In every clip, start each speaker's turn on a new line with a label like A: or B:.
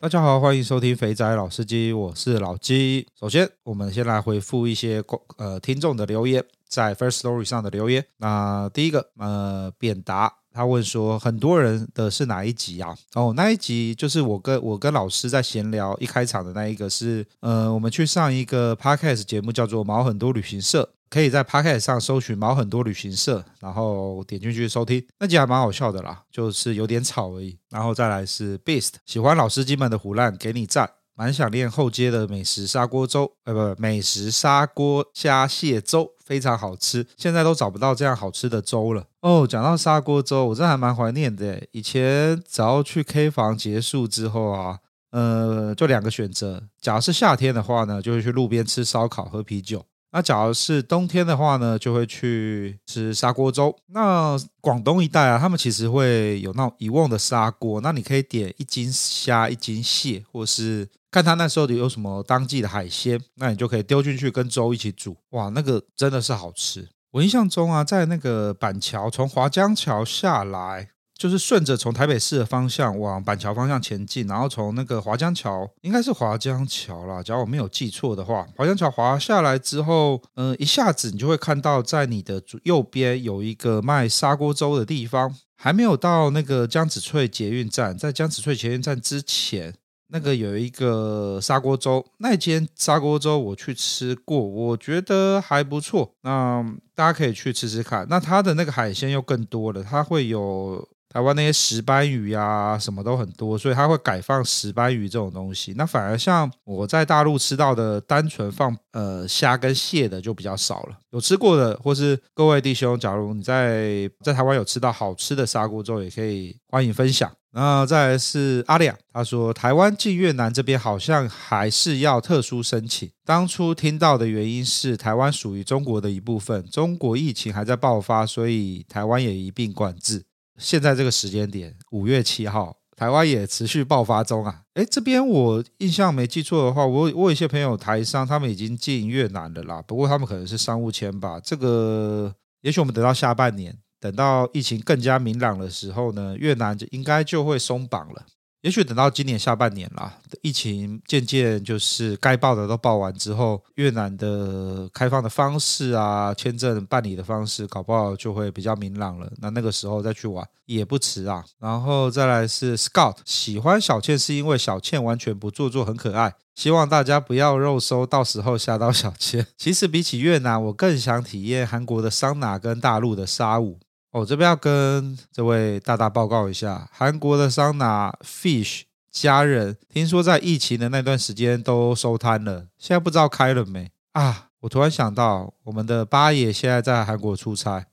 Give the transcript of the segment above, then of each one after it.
A: 大家好，欢迎收听肥仔老司机，我是老鸡。首先，我们先来回复一些公呃听众的留言，在 First Story 上的留言。那第一个，呃，扁达他问说，很多人的是哪一集啊？哦，那一集就是我跟我跟老师在闲聊一开场的那一个是，呃，我们去上一个 podcast 节目叫做《毛很多旅行社》。可以在 Podcast 上搜寻“毛很多旅行社”，然后点进去收听，那集还蛮好笑的啦，就是有点吵而已。然后再来是 Beast，喜欢老司机们的胡乱，给你赞。蛮想念后街的美食砂锅粥，呃，不，美食砂锅虾蟹粥非常好吃，现在都找不到这样好吃的粥了。哦，讲到砂锅粥，我真的还蛮怀念的耶。以前只要去 K 房结束之后啊，呃，就两个选择，假如是夏天的话呢，就会去路边吃烧烤喝啤酒。那假如是冬天的话呢，就会去吃砂锅粥。那广东一带啊，他们其实会有那种一瓮的砂锅，那你可以点一斤虾、一斤蟹，或是看他那时候有什么当季的海鲜，那你就可以丢进去跟粥一起煮。哇，那个真的是好吃。我印象中啊，在那个板桥，从华江桥下来，就是顺着从台北市的方向往板桥方向前进，然后从那个华江桥，应该是华江桥啦，假如我没有记错的话，华江桥滑下来之后，嗯、一下子你就会看到在你的左右边有一个卖砂锅粥的地方，还没有到那个江子翠捷运站，在江子翠捷运站之前。那个有一个砂锅粥，那间砂锅粥我去吃过，我觉得还不错。那大家可以去吃吃看。那它的那个海鲜又更多了，它会有台湾那些石斑鱼啊，什么都很多，所以它会改放石斑鱼这种东西。那反而像我在大陆吃到的，单纯放呃虾跟蟹的就比较少了。有吃过的，或是各位弟兄，假如你在在台湾有吃到好吃的砂锅粥，也可以欢迎分享。那再来是阿亮，他说台湾进越南这边好像还是要特殊申请。当初听到的原因是台湾属于中国的一部分，中国疫情还在爆发，所以台湾也一并管制。现在这个时间点，五月七号，台湾也持续爆发中啊。诶，这边我印象没记错的话，我有我有一些朋友台商，他们已经进越南了啦，不过他们可能是商务签吧。这个也许我们等到下半年，等到疫情更加明朗的时候呢，越南就应该就会松绑了。也许等到今年下半年啦，疫情渐渐就是该报的都报完之后，越南的开放的方式啊，签证办理的方式，搞不好就会比较明朗了。那那个时候再去玩也不迟啊。然后再来是 Scott，喜欢小倩是因为小倩完全不做作，很可爱。希望大家不要肉搜，到时候吓到小倩。其实比起越南，我更想体验韩国的桑拿跟大陆的沙舞。哦，这边要跟这位大大报告一下，韩国的桑拿 Fish 家人，听说在疫情的那段时间都收摊了，现在不知道开了没啊？我突然想到，我们的八爷现在在韩国出差，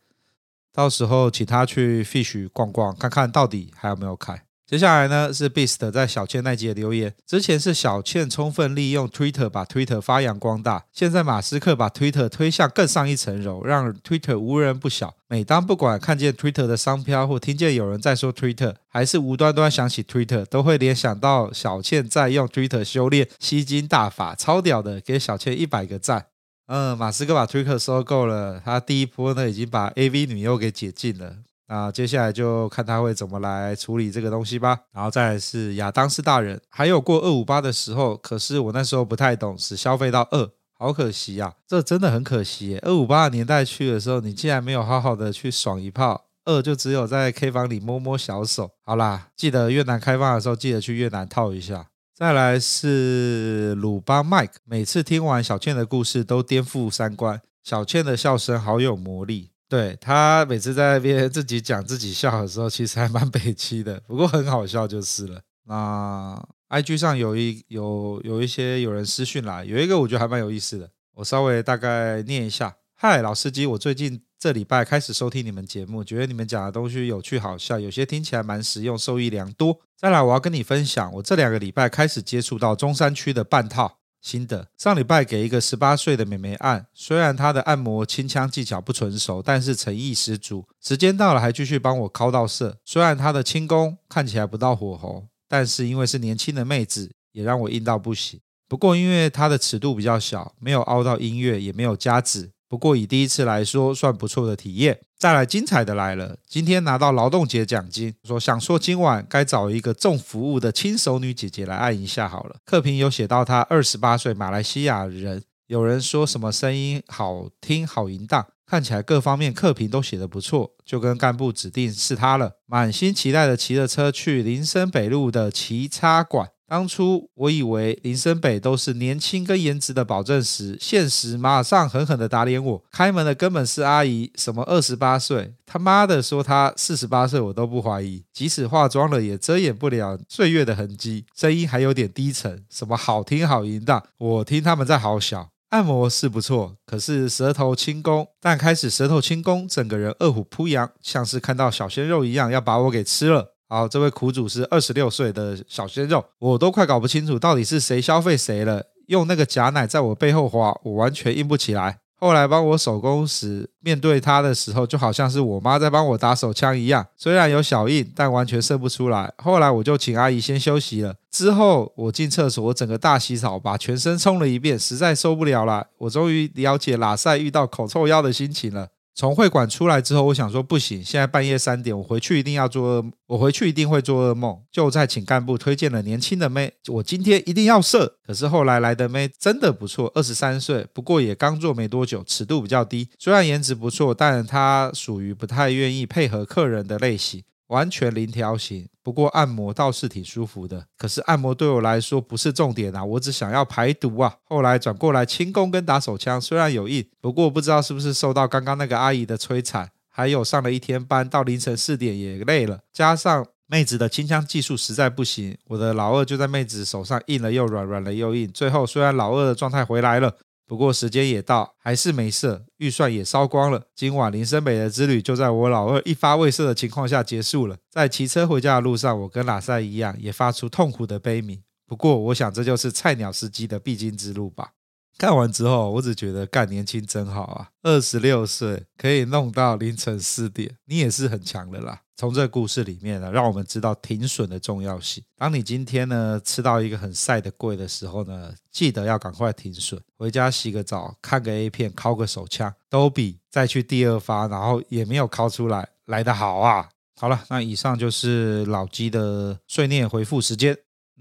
A: 到时候请他去 Fish 逛逛，看看到底还有没有开。接下来呢是 Beast 在小倩那集的留言，之前是小倩充分利用 Twitter 把 Twitter 发扬光大，现在马斯克把 Twitter 推向更上一层楼，让 Twitter 无人不晓。每当不管看见 Twitter 的商标或听见有人在说 Twitter，还是无端端想起 Twitter，都会联想到小倩在用 Twitter 修炼吸金大法，超屌的，给小倩一百个赞。嗯，马斯克把 Twitter 收购了，他第一波呢已经把 AV 女优给解禁了，那接下来就看他会怎么来处理这个东西吧。然后再来是亚当斯大人，还有过二五八的时候，可是我那时候不太懂，只消费到二，好可惜呀、啊，这真的很可惜耶。二五八的年代去的时候，你竟然没有好好的去爽一炮。二就只有在 K 房里摸摸小手。好啦，记得越南开放的时候，记得去越南套一下。再来是鲁邦 Mike，每次听完小倩的故事都颠覆三观，小倩的笑声好有魔力。对他每次在那边自己讲自己笑的时候，其实还蛮北气的，不过很好笑就是了。那 IG 上有一有有一些有人私讯啦，有一个我觉得还蛮有意思的，我稍微大概念一下。嗨，老司机，我最近这礼拜开始收听你们节目，觉得你们讲的东西有趣好笑，有些听起来蛮实用，受益良多。再来，我要跟你分享，我这两个礼拜开始接触到中山区的半套。心得：上礼拜给一个十八岁的妹妹按，虽然她的按摩清腔技巧不纯熟，但是诚意十足。时间到了还继续帮我敲到射，虽然她的轻功看起来不到火候，但是因为是年轻的妹子，也让我硬到不行。不过因为它的尺度比较小，没有凹到音乐，也没有夹子。不过以第一次来说，算不错的体验。再来精彩的来了，今天拿到劳动节奖金，说想说今晚该找一个重服务的轻熟女姐姐来按一下好了。课评有写到她二十八岁，马来西亚人。有人说什么声音好听、好淫荡，看起来各方面课评都写得不错，就跟干部指定是他了。满心期待的骑着车去林森北路的骑叉馆。当初我以为林森北都是年轻跟颜值的保证时，现实马上狠狠的打脸我。开门的根本是阿姨，什么二十八岁，他妈的说她四十八岁我都不怀疑，即使化妆了也遮掩不了岁月的痕迹，声音还有点低沉，什么好听好淫荡，我听他们在好小。按摩是不错，可是舌头轻功，但开始舌头轻功，整个人饿虎扑羊，像是看到小鲜肉一样，要把我给吃了。好，这位苦主是二十六岁的小鲜肉，我都快搞不清楚到底是谁消费谁了。用那个假奶在我背后滑，我完全硬不起来。后来帮我手工时，面对他的时候，就好像是我妈在帮我打手枪一样，虽然有小印，但完全射不出来。后来我就请阿姨先休息了。之后我进厕所，我整个大洗澡，把全身冲了一遍，实在受不了了。我终于了解拉塞遇到口臭腰的心情了。从会馆出来之后，我想说不行，现在半夜三点，我回去一定要做噩梦，我回去一定会做噩梦。就在请干部推荐了年轻的妹，我今天一定要射。可是后来来的妹真的不错，二十三岁，不过也刚做没多久，尺度比较低。虽然颜值不错，但她属于不太愿意配合客人的类型，完全零条形。不过按摩倒是挺舒服的。可是按摩对我来说不是重点啊，我只想要排毒啊。后来转过来轻功跟打手枪，虽然有硬，不过不知道是不是受到刚刚那个阿姨的摧残，还有上了一天班，到凌晨四点也累了，加上。妹子的清腔技术实在不行，我的老二就在妹子手上硬了又软，软了又硬。最后虽然老二的状态回来了，不过时间也到，还是没射，预算也烧光了。今晚林森北的之旅就在我老二一发未射的情况下结束了。在骑车回家的路上，我跟拉塞一样，也发出痛苦的悲鸣。不过，我想这就是菜鸟司机的必经之路吧。看完之后，我只觉得干年轻真好啊，二十六岁可以弄到凌晨四点，你也是很强的啦。从这个故事里面呢，让我们知道停损的重要性。当你今天呢吃到一个很晒的贵的时候呢，记得要赶快停损，回家洗个澡，看个 A 片，敲个手枪，都比再去第二发然后也没有敲出来来的好啊。好了，那以上就是老鸡的碎念回复时间。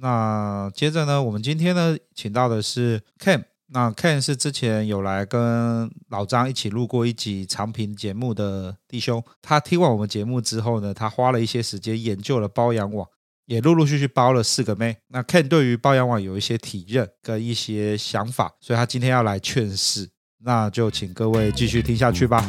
A: 那接着呢，我们今天呢，请到的是 Cam。那 Ken 是之前有来跟老张一起录过一集长评节目的弟兄，他听完我们节目之后呢，他花了一些时间研究了包养网，也陆陆续续包了四个妹。那 Ken 对于包养网有一些体认跟一些想法，所以他今天要来劝世，那就请各位继续听下去吧。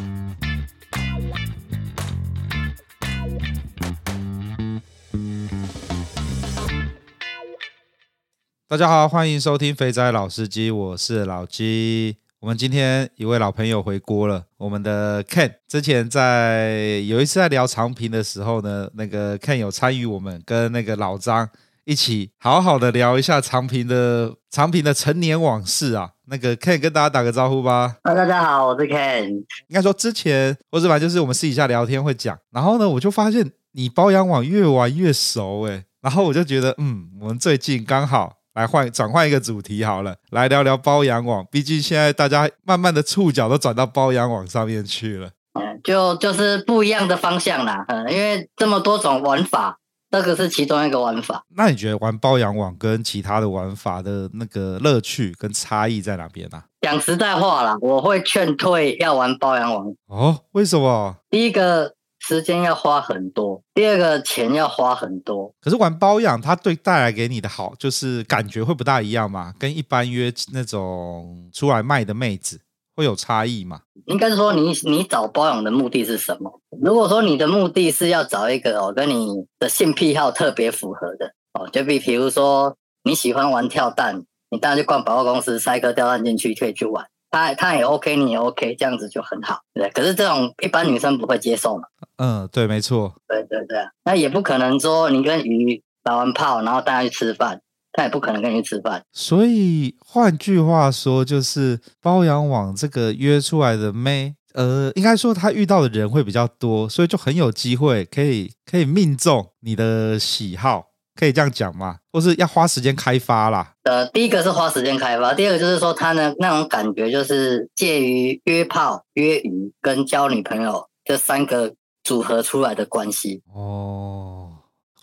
A: 大家好，欢迎收听《肥仔老司机》，我是老鸡。我们今天一位老朋友回锅了，我们的 Ken。之前在有一次在聊长平的时候呢，那个 Ken 有参与我们跟那个老张一起好好的聊一下长平的长平的陈年往事啊。那个 Ken 跟大家打个招呼吧。
B: 啊，大家好，我是 Ken。
A: 应该说之前或者反正就是我们私底下聊天会讲，然后呢，我就发现你包养网越玩越熟诶、然后我就觉得嗯，我们最近刚好来换转换一个主题好了，来聊聊包养网，毕竟现在大家慢慢的触角都转到包养网上面去了。
B: 嗯，就就是不一样的方向啦，嗯，因为这么多种玩法，这个是其中一个玩法。
A: 那你觉得玩包养网跟其他的玩法的那个乐趣跟差异在哪边啊呢、
B: 讲实在话啦，我会劝退要玩包养网。
A: 哦，为什么？
B: 第一个时间要花很多，第二个钱要花很多。
A: 可是玩包养，它对带来给你的好，就是感觉会不大一样嘛，跟一般约那种出来卖的妹子会有差异嘛？
B: 应该是说你你找包养的目的是什么？如果说你的目的是要找一个哦跟你的性癖好特别符合的哦，就比比如说你喜欢玩跳蛋，你当然去逛百货公司塞颗跳蛋进去可以去玩，他他也 OK，你也 OK，这样子就很好，对不对。可是这种一般女生不会接受嘛，
A: 嗯，对，没错，
B: 对对对，那也不可能说你跟鱼打完炮然后带他去吃饭，他也不可能跟你去吃饭。
A: 所以换句话说，就是包养网这个约出来的妹，呃，应该说她遇到的人会比较多，所以就很有机会可以可以命中你的喜好，可以这样讲嘛？或是要花时间开发啦。
B: 呃，第一个是花时间开发，第二个就是说他呢那种感觉就是介于约炮、约鱼跟交女朋友这三个组合出来的关系。
A: 哦，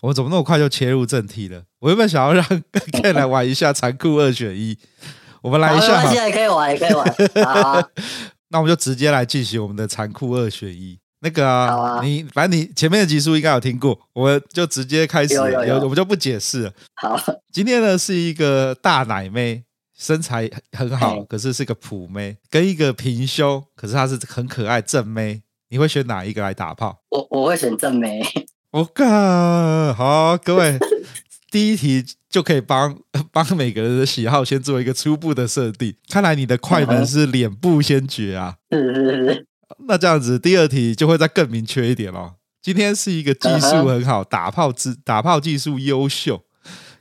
A: 我们怎么那么快就切入正题了？我原本想要让 Ken 来玩一下残酷二选一，我们来一下嘛
B: 好没关系，。也啊可以玩，也可以玩。好啊，
A: 那我们就直接来进行我们的残酷二选一。那个
B: 好
A: 啊，
B: 啊
A: 你反正你前面的集数应该有听过，我们就直接开始了，
B: 有有有
A: 我们就不解释了。
B: 好，
A: 今天呢是一个大奶妹，身材很很好，
B: 嗯
A: 可是是个普妹，跟一个平胸，可是她是很可爱正妹，你会选哪一个来打炮？
B: 我我会选正妹。
A: 我靠！好，各位，第一题就可以帮帮每个人的喜好先做一个初步的设定。看来你的快门是脸部先决啊。
B: 是是是，
A: 那这样子，第二题就会再更明确一点咯。今天是一个技术很好、打炮技打炮技术优秀，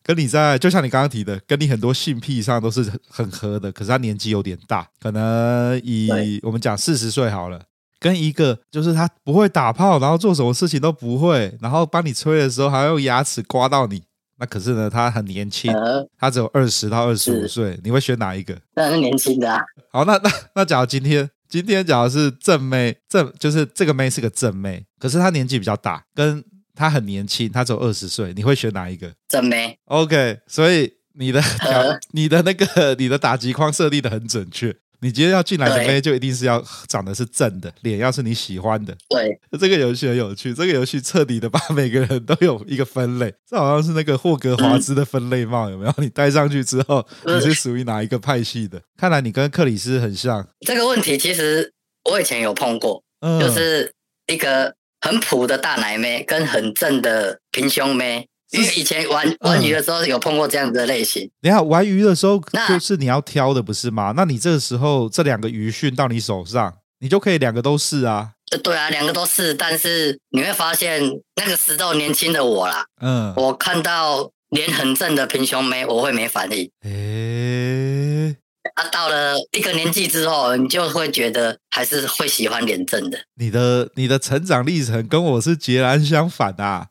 A: 跟你在就像你刚刚提的，跟你很多性癖上都是很很合的，可是他年纪有点大，可能以
B: 对
A: 我们讲四十岁好了。跟一个就是他不会打炮，然后做什么事情都不会，然后帮你吹的时候还要用牙齿刮到你，那可是呢，他很年轻，
B: 呃，
A: 他只有二十到二十五
B: 是
A: 岁，你会选哪一个？
B: 当然是年轻的啊。
A: 好，那那那，假如今天今天假如是正妹，正就是这个妹是个正妹，可是她年纪比较大，跟她很年轻，她只有二十岁，你会选哪一个
B: 正妹，
A: ？OK，所以你的条你的那个你的打击框设定的很准确。你今天要进来的
B: 对
A: 妹就一定是要长得是正的，脸要是你喜欢的。
B: 对，
A: 这个游戏很有趣，这个游戏彻底的把每个人都有一个分类，这好像是那个霍格华兹的分类帽，有没有？你戴上去之后，你是属于哪一个派系的？看来你跟克里斯很像，
B: 这个问题其实我以前有碰过，
A: 嗯，
B: 就是一个很普的大奶妹跟很正的平胸妹。因为以前玩玩鱼的时候有碰过这样子的类型，
A: 你看玩鱼的时候，
B: 那
A: 就是你要挑的，不是吗？那你这个时候这两个鱼讯到你手上，你就可以两个都是啊，
B: 呃对啊，两个都是，但是你会发现那个时候年轻的我啦，
A: 嗯，
B: 我看到脸很正的平胸妹，我会没反应。
A: 诶，
B: 啊，到了一个年纪之后，你就会觉得还是会喜欢脸正的。
A: 你的你的成长历程跟我是截然相反啊！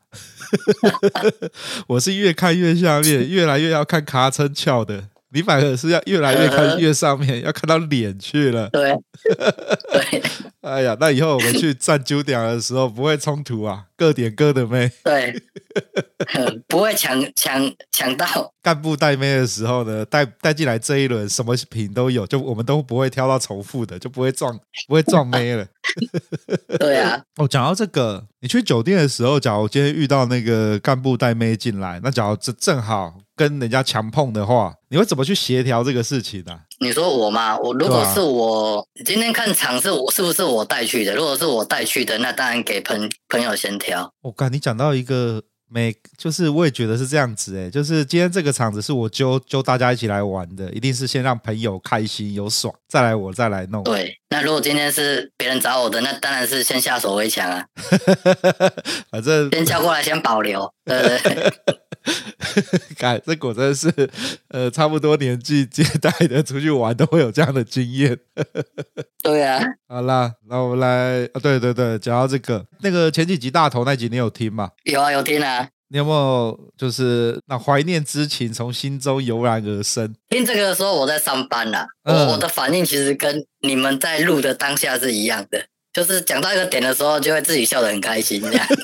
A: 我是越看越下 面，越来越要看卡称翘的，你反而是要越来越看越上面，要看到脸去了。
B: 对，对
A: 哎呀，那以后我们去站九点的时候不会冲突啊，各点各的妹。
B: 对，嗯不会抢抢抢到。
A: 干部带妹的时候呢，带带进来这一轮什么品都有，就我们都不会挑到重复的，就不会撞不会撞妹了。
B: 对啊，
A: 哦，讲到这个，你去酒店的时候，假如今天遇到那个干部带妹进来，那假如这正好跟人家强碰的话，你会怎么去协调这个事情啊呢、
B: 你说我吗？我如
A: 对
B: 果
A: 啊
B: 是我今天看场是我是不是我带去的？如果是我带去的，那当然给朋朋友先挑。
A: 我、感你讲到一个每，就是我也觉得是这样子诶，欸就是今天这个场子是我揪揪大家一起来玩的，一定是先让朋友开心有爽，再来我再来 弄。
B: 对，那如果今天是别人找我的，那当然是先下手为强啊，
A: 反正
B: 先叫过来先保留。呃，
A: 感这果真是，呃，差不多年纪接待的出去玩都会有这样的经验。
B: 对啊，
A: 好啦，那我们来啊，对对对，讲到这个，那个前几集大头那集你有听吗？
B: 有啊有听啊，
A: 你有没有就是那怀念之情从心中油然而生？
B: 听这个的时候我在上班啦，我、
A: 嗯
B: 我的反应其实跟你们在录的当下是一样的，就是讲到一个点的时候，就会自己笑得很开心这样。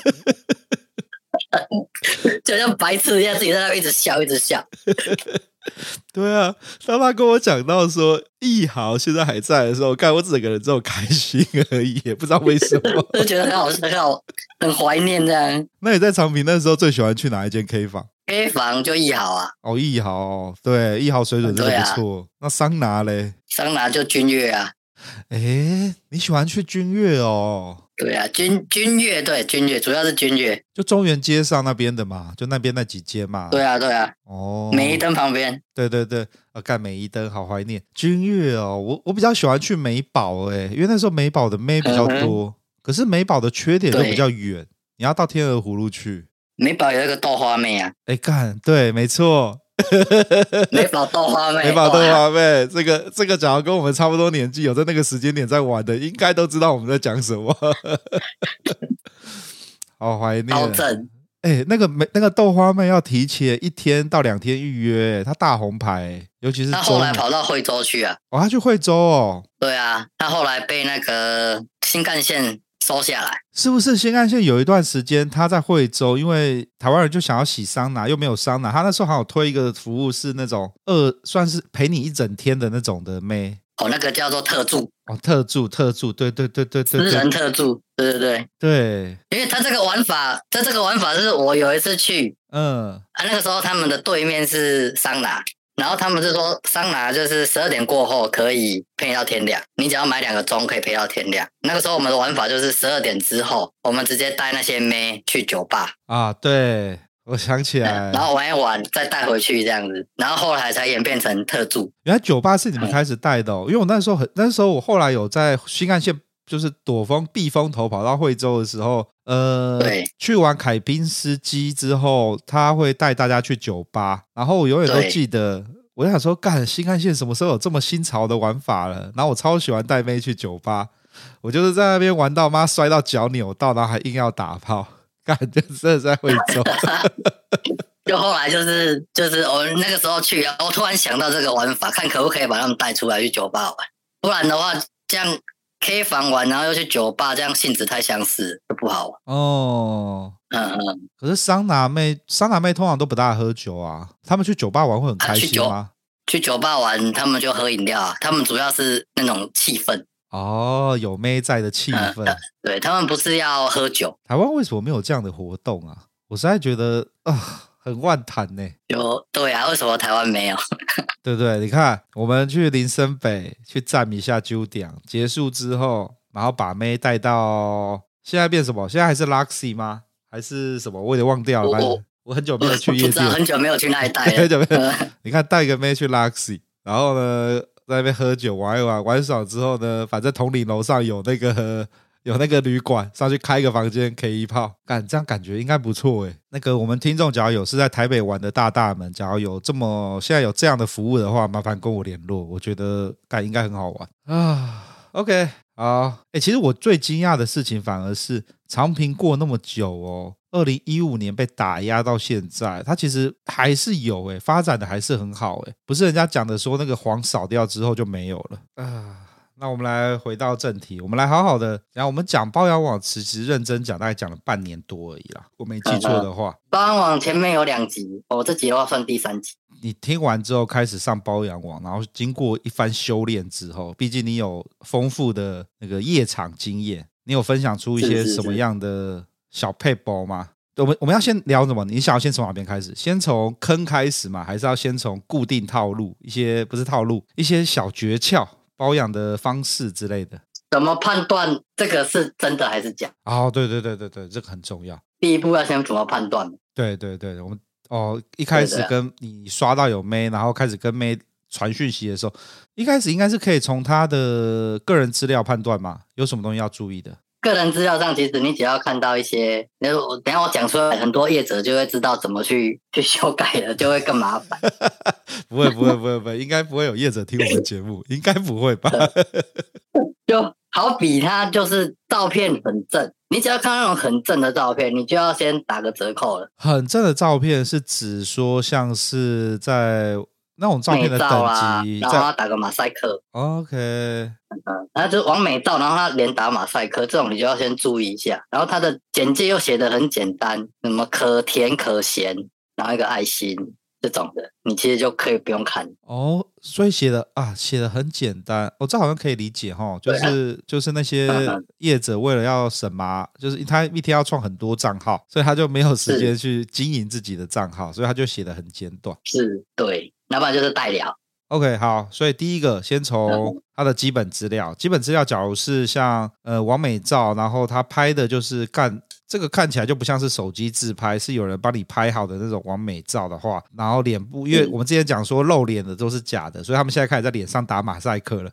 B: 就像白痴一样，自己在那边一直笑，一直笑。
A: 对啊，他爸跟我讲到说，易豪现在还在的时候，看我整个人只有开心而已，也不知道为什么。
B: 就觉得很好，很好，很怀念这样。
A: 那你在长平那时候最喜欢去哪一间 K 房？
B: K 房就一好啊，
A: 哦，易豪哦，对，易豪水准真的不错。那桑拿嘞？
B: 桑拿就君悦啊，
A: 诶，你喜欢去君悦哦？
B: 对啊，君君悦对君悦，主要是君悦，
A: 就中原街上那边的嘛，就那边那几街嘛。
B: 对，啊对啊，
A: 哦，
B: 美一灯旁边，
A: 对对对，啊，干美伊登好怀念君悦哦，我我比较喜欢去美宝哎、因为那时候美宝的妹比较
B: 嗯
A: 多，可是美宝的缺点就比较远，你要到天鹅湖路去。
B: 美宝有一个豆花妹 啊，
A: 哎干，对，没错，
B: 美宝豆花妹，
A: 美宝豆
B: 哇，
A: 花妹，这个这个，假如跟我们差不多年纪，有在那个时间点在玩的，应该都知道我们在讲什么。 好怀念，
B: 超正，
A: 哎、那个没那个豆花妹要提前一天到两天预约、她大红牌、尤其是
B: 她
A: 周
B: 后
A: 末
B: 来跑到惠州去啊，
A: 哦，她去惠州哦，
B: 对啊，她后来被那个新干线收下来，
A: 是不是新干线有一段时间他在惠州，因为台湾人就想要洗桑拿，又没有桑拿，他那时候还有推一个服务是那种二算是陪你一整天的那种的妹
B: 哦，那个叫做特助，
A: 哦，特助特助，对对对对对
B: 私人
A: 对
B: 特助，对对对，
A: 对，
B: 因为他这个玩法，他这个玩法是我有一次去，
A: 嗯，
B: 啊，那个时候他们的对面是桑拿，然后他们是说桑拿就是十二点过后可以配到天亮，你只要买两个钟可以配到天亮。那个时候我们的玩法就是十二点之后，我们直接带那些妹去酒吧，
A: 啊，对我想起来
B: 然，后玩一玩再带回去这样子，然后后来才演变成特助。
A: 原来酒吧是你们开始带的、哦，因为我那时候很，那时候我后来有在新干线，就是躲风避风头跑到惠州的时候，呃
B: 对，
A: 去完凯宾斯基之后，他会带大家去酒吧，然后我永远都
B: 对
A: 记得，我就想说，干新干线什么时候有这么新潮的玩法了？然后我超喜欢带妹去酒吧，我就是在那边玩到妈摔到脚扭到，然后还硬要打炮，干，就真的在惠 州，
B: 就后来就是就是我那个时候去，啊我突然想到这个玩法，看可不可以把他们带出来去酒吧玩，不然的话这样 K 房玩，然后又去酒吧，这样性质太相似，就不好玩。
A: 哦。
B: 嗯嗯。
A: 可是桑拿妹，桑拿妹通常都不大喝酒啊，他们去酒吧玩会很开
B: 啊去
A: 心
B: 酒
A: 吗？
B: 去酒吧玩，他们就喝饮料啊，他们主要是那种气氛，
A: 哦，有妹在的气
B: 嗯
A: 氛。
B: 对他们不是要喝酒，
A: 台湾为什么没有这样的活动啊？我实在觉得啊、很万谈呢、
B: 就对啊，为什么台湾没有？
A: 对不对？你看，我们去林森北去站一下九点，结束之后，然后把妹带到现在变什么？现在还是 Luxy 吗？还是什么？我有点忘掉了。
B: 我
A: 反正我很久没有去
B: 不
A: 夜
B: 知道
A: 店，
B: 很久没有去那一带
A: 很久
B: 了，
A: 没有
B: 嗯
A: 你看带个妹去 Luxy，然后呢在那边喝酒玩一玩，玩爽之后呢，反正统领楼上有那个 有那个旅馆，上去开个房间 K 一炮，感这样感觉应该不错诶。那个我们听众假如有是在台北玩的大大们，假如有这么现在有这样的服务的话，麻烦跟我联络，我觉得感应该很好玩啊。OK，好，哎、其实我最惊讶的事情反而是长平过那么久哦，二零一五年被打压到现在，它其实还是有哎、发展的还是很好哎、不是人家讲的说那个黄扫掉之后就没有了啊、那我们来回到正题，我们来好好的，然后我们讲包养网，其实认真讲大概讲了半年多而已啦，我没记错的话。
B: 包安网前面有两集，我、这集的话算第三集，
A: 你听完之后开始上包养网，然后经过一番修炼之后，毕竟你有丰富的那个夜场经验，你有分享出一些
B: 是是
A: 什么
B: 是
A: 样的小配包吗？我们我们要先聊什么？你想要先从哪边开始？先从坑开始吗？还是要先从固定套路一些不是套路一些小诀窍包养的方式之类的？
B: 怎么判断这个是真的还是假？
A: 哦，对对对对对，这个很重要。
B: 第一步要先怎么判断？
A: 对对对，我们哦，一开始
B: 对啊
A: 跟你刷到有妹，然后开始跟妹传讯息的时候，一开始应该是可以从她的个人资料判断嘛，有什么东西要注意的？
B: 个人资料上，其实你只要看到一些，那我等一下我讲出来，很多业者就会知道怎么去去修改了，就会更麻烦。
A: 不会不会不会不会，应该不会有业者听我们节目，应该不会吧？
B: 就好比它就是照片很正，你只要看那种很正的照片，你就要先打个折扣了。
A: 很正的照片是指说像是在那种照片的
B: 美照
A: 等
B: 啦，
A: 级
B: 然后要
A: 在
B: 打个马赛克，
A: OK
B: 然后就是往美照，然后它连打马赛克，这种你就要先注意一下。然后它的简介又写的很简单，什么可甜可咸，然后一个爱心，这种的，你其实就可以不用看。
A: 哦，所以写的啊，写的很简单，哦，这好像可以理解哈，就
B: 对啊
A: 是就是那些
B: 嗯嗯
A: 业者为了要省麻，就是他一天要创很多账号，所以他就没有时
B: 是
A: 间去经营自己的账号，所以他就写的很简短。
B: 是对，要不然就是代聊。
A: OK，好，所以第一个先从
B: 嗯
A: 它的基本资料，基本资料假如是像呃完美照，然后他拍的就是干这个看起来就不像是手机自拍，是有人帮你拍好的那种完美照的话，然后脸部，因为
B: 嗯
A: 我们之前讲说露脸的都是假的，所以他们现在开始在脸上打马赛克了，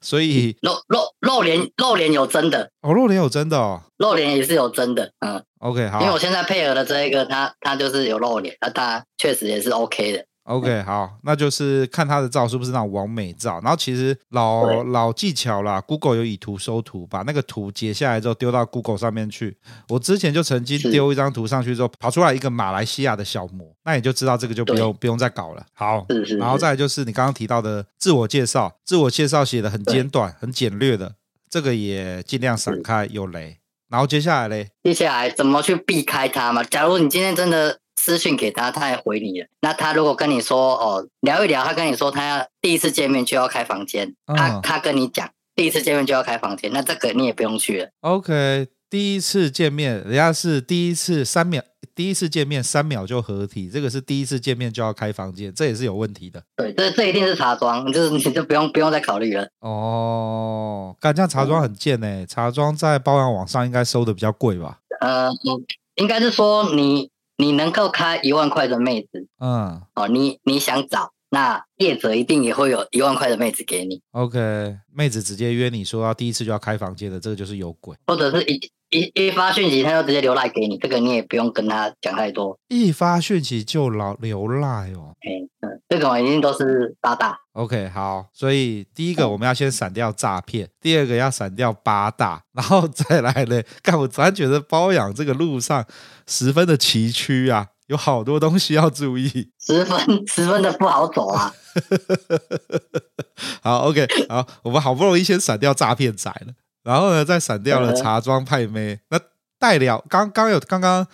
A: 所以
B: 露露露脸露脸有真的，
A: 哦露脸有真的哦
B: 露脸也是有真的，嗯，
A: ，OK 好
B: 因为我现在配合的这一个，它它就是有露脸，那它确实也是 OK 的。
A: ，OK 好，那就是看他的照是不是那种完美照，然后其实老
B: 对
A: 老技巧啦，Google 有以图搜图，把那个图截下来之后丢到 Google 上面去，我之前就曾经
B: 是
A: 丢一张图上去之后，跑出来一个马来西亚的小模，那你就知道这个就不用不用再搞了。好，
B: 是是
A: 然后
B: 是
A: 再来就是你刚刚提到的自我介绍，自我介绍写的很简短、很简略的，这个也尽量闪开有雷。然后接下来嘞，
B: 接下来怎么去避开他嘛？假如你今天真的私讯给他，他也回你了，那他如果跟你说哦聊一聊，他跟你说他要第一次见面就要开房间，
A: 嗯
B: 他他跟你讲第一次见面就要开房间，那这个你也不用去了。
A: OK，第一次见面，人家是第一次三秒，第一次见面三秒就合体，这个是第一次见面就要开房间，这也是有问题的。
B: 对，这这一定是茶庄，就是你就不用不用再考虑了。
A: 哦，干这样茶庄很贱呢、茶庄在包养网上应该收的比较贵吧？
B: 呃，应该是说你你能够开一万块的妹子
A: 嗯
B: 哦，你你想找，那业者一定也会有一万块的妹子给你，
A: ，OK，妹子直接约你说要第一次就要开房间的，这个就是有鬼。
B: 或者是一一一发讯息他就直接留赖给你，这个你也不用跟他讲太多。
A: 一发讯息就老流赖哦。
B: 嗯，这种一定都是八大，
A: OK，好，所以第一个我们要先闪掉诈骗，第二个要闪掉八大，然后再来嘞。干，我突然觉得包养这个路上十分的崎岖啊，有好多东西要注意。
B: 十分十分的不好走啊。
A: 好，OK，好，我们好不容易先闪掉诈骗仔了，然后呢，再闪掉了
B: 嗯
A: 茶庄派妹。那代聊，刚刚有刚刚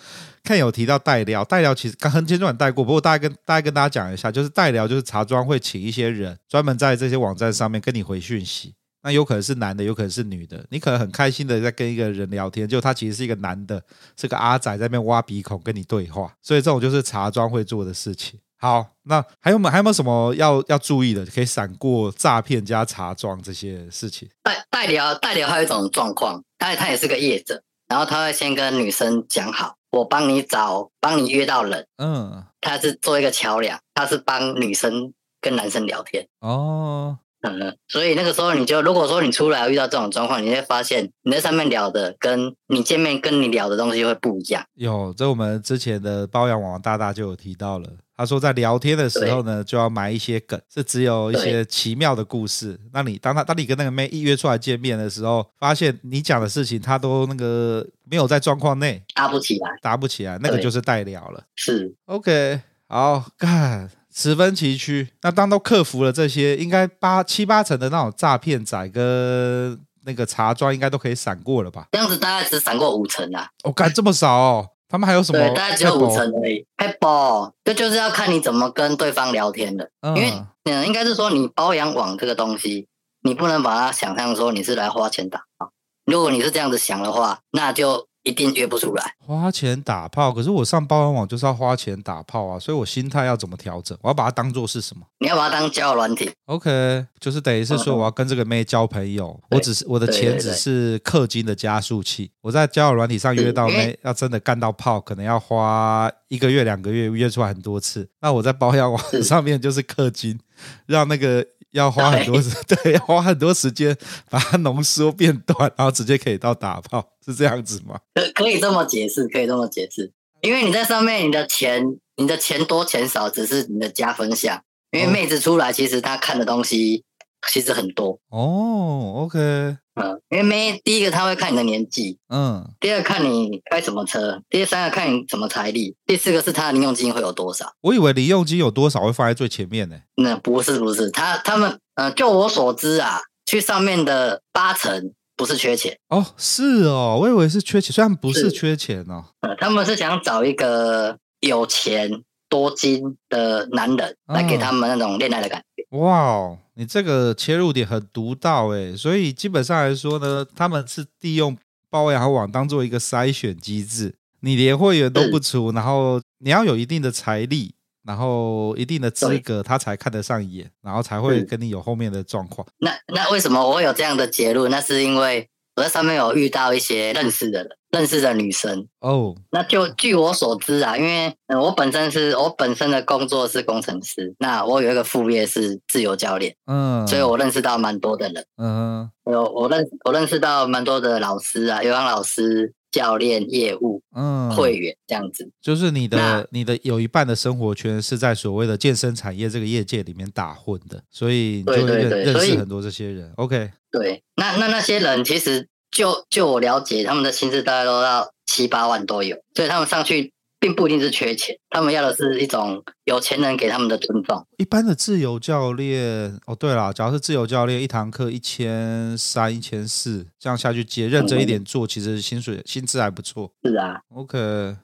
A: 看有提到代聊，代聊其实刚刚前段带过，不过大概跟大概跟大家讲一下，就是代聊就是茶庄会请一些人专门在这些网站上面跟你回讯息。那有可能是男的，有可能是女的。你可能很开心的在跟一个人聊天，就他其实是一个男的，是个阿仔在那边挖鼻孔跟你对话，所以这种就是茶庄会做的事情。好，那还有没还有没有什么要要注意的？可以闪过诈骗加茶庄这些事情。
B: 代代聊代聊还有一种状况，他他也是个业者，然后他会先跟女生讲好，我帮你找，帮你约到人，
A: 嗯，
B: 他是做一个桥梁，他是帮女生跟男生聊天。
A: 哦，
B: 嗯，所以那个时候你就，如果说你出来遇到这种状况，你会发现你在上面聊的跟你见面跟你聊的东西会不一样。
A: 有，这我们之前的包养王大大就有提到了。他说，在聊天的时候呢，就要埋一些梗，是只有一些奇妙的故事。那你当他当你跟那个妹一约出来见面的时候，发现你讲的事情他都那个没有在状况内，
B: 搭啊不起来，
A: 搭不起来，那个
B: 对
A: 就是代聊了。
B: 是
A: OK，好，干，十分崎岖。那当都克服了这些，应该八七八成的那种诈骗仔跟那个茶庄，应该都可以闪过了吧？
B: 这样子，大概只闪过五成啊，
A: 我、哦、干这么少、哦，他们还有什么？
B: 对，大概只有五成而已。黑宝，这就是要看你怎么跟对方聊天了，
A: 嗯，
B: 因为嗯，应该是说你包养网这个东西，你不能把它想象说你是来花钱打炮。如果你是这样子想的话，那就一定约不出来。
A: 花钱打炮，可是我上包玩网就是要花钱打炮啊，所以我心态要怎么调整？我要把它当做是什么？
B: 你要把它当交友软体，
A: OK，就是等于是说
B: 嗯嗯
A: 我要跟这个妹交朋友，
B: 对
A: 我只是我的
B: 对
A: 钱
B: 对
A: 只
B: 对
A: 是氪金的加速器。我在交友软体上约
B: 是
A: 到
B: 因为
A: 妹，要真的干到炮，可能要花一个月、两个月约出来很多次。那我在包养网
B: 是
A: 上面就是氪金，让那个要花很多时， 对，要花很多时间把它浓缩变短，然后直接可以到打炮，是这样子吗？
B: 可可以这么解释，可以这么解释，因为你在上面，你的钱，你的钱多钱少，只是你的加分项。因为
A: 哦
B: 妹子出来，其实她看的东西其实很多，
A: 哦，OK，
B: 嗯，因为妹第一个她会看你的年纪，
A: 嗯，
B: 第二个看你开什么车，第三个看你什么财力，第四个是她的零用金会有多少。
A: 我以为离用金有多少会放在最前面呢、
B: 那不是不是，她他们，呃，就我所知啊，去上面的八成不是缺钱，
A: 哦，是哦，我以为是缺钱，虽然不是
B: 是
A: 缺钱哦。
B: 呃，他们是想找一个有钱多金的男人来
A: 哦
B: 给他们那种恋爱的感觉。
A: 哇哦，你这个切入点很独到诶，所以基本上来说呢，他们是利用包养网当做一个筛选机制，你连会员都不出，
B: 嗯
A: 然后你要有一定的财力，然后一定的资格，他才看得上眼，然后才会
B: 嗯
A: 跟你有后面的状况。
B: 那那为什么我会有这样的结论？那是因为我在上面有遇到一些认识的人，认识的女生。
A: 哦，
B: 那就据我所知啊，因为、呃、我本身是我本身的工作是工程师，那我有一个副业是自由教练，
A: 嗯，
B: 所以我认识到蛮多的人。
A: 嗯
B: 有我认我认识到蛮多的老师啊，有氧老师、教练、业务、
A: 嗯，
B: 会员这样子。
A: 就是你的
B: 那
A: 你的有一半的生活圈是在所谓的健身产业这个业界里面打混的，所以你就
B: 对对
A: 认
B: 对
A: 认
B: 所
A: 识
B: 以
A: 很多这些人。OK，
B: 对，那那那些人其实就就我了解，他们的薪资大概都到七八万都有，所以他们上去并不一定是缺钱，他们要的是一种有钱人给他们的尊重。
A: 一般的自由教练，哦，对啦，假如是自由教练，一堂课一千三、一千四，这样下去接，认真一点做，其实薪水薪资还不错。
B: 是啊，
A: OK，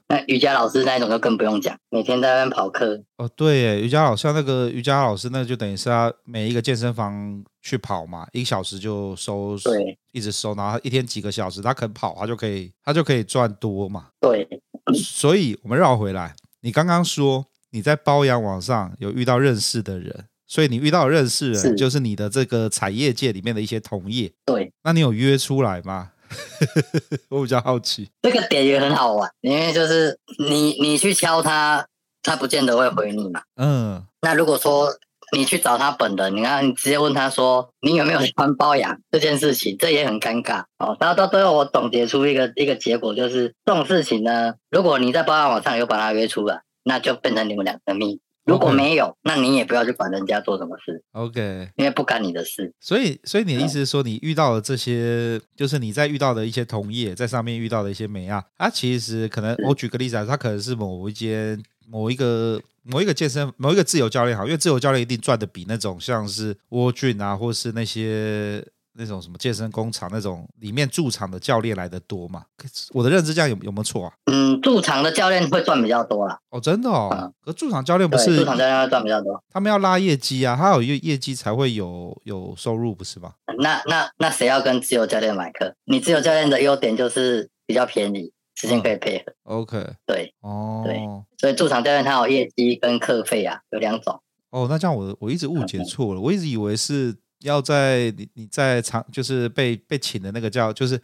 B: 那瑜伽老师那一种就更不用讲，每天在那边跑课。
A: 哦，对耶，瑜伽老师像那个瑜伽老师，那就等于是他每一个健身房去跑嘛，一个小时就收，
B: 对
A: 一直收，然后他一天几个小时，他肯跑，他就可以，他就可以赚多嘛。
B: 对，
A: 所以我们绕回来，你刚刚说你在包养网上有遇到认识的人，所以你遇到的认识人
B: 是
A: 就是你的这个产业界里面的一些同业。
B: 对，
A: 那你有约出来吗？ 我比较好奇。
B: 这个点也很好玩，因为就是你你去敲他，他不见得会回你嘛。
A: 嗯，
B: 那如果说你去找他本人，你看你直接问他说你有没有喜欢包养这件事情，这也很尴尬哦。然后到最后我总结出一个一个结果，就是这种事情呢，如果你在包养网上有把他约出来，那就变成你们两个蜜；如果
A: OK
B: 没有，那你也不要去管人家做什么事，
A: OK，
B: 因为不干你的事。
A: 所以所以你
B: 嗯
A: 的意思是说，你遇到的这些，就是你在遇到的一些同业，在上面遇到的一些美亚，他其实可能，我举个例子啊，他可能是某一间某一个某一个健身某一个自由教练好，因为自由教练一定赚的比那种像是沃俊啊，或是那些那种什么健身工厂那种里面驻场的教练来的多嘛。可是我的认知这样有有没有错啊？
B: 嗯，驻场的教练会赚比较多啦，
A: 哦，真的哦
B: 嗯，
A: 可驻场教练不
B: 对，
A: 是
B: 驻场教练会赚比较多。
A: 他们要拉业绩啊，他要有业业绩才会有有收入，不是吗？
B: 那那那谁要跟自由教练买课？你自由教练的优点就是比较便宜，时间可以配合。
A: OK，
B: 对，
A: 哦，
B: 对所以驻场教练他有业绩跟课费啊，有两种。
A: 哦，那这样我我一直误解
B: 嗯嗯
A: 错了，我一直以为是要在你你在场就是被被请的那个教，就是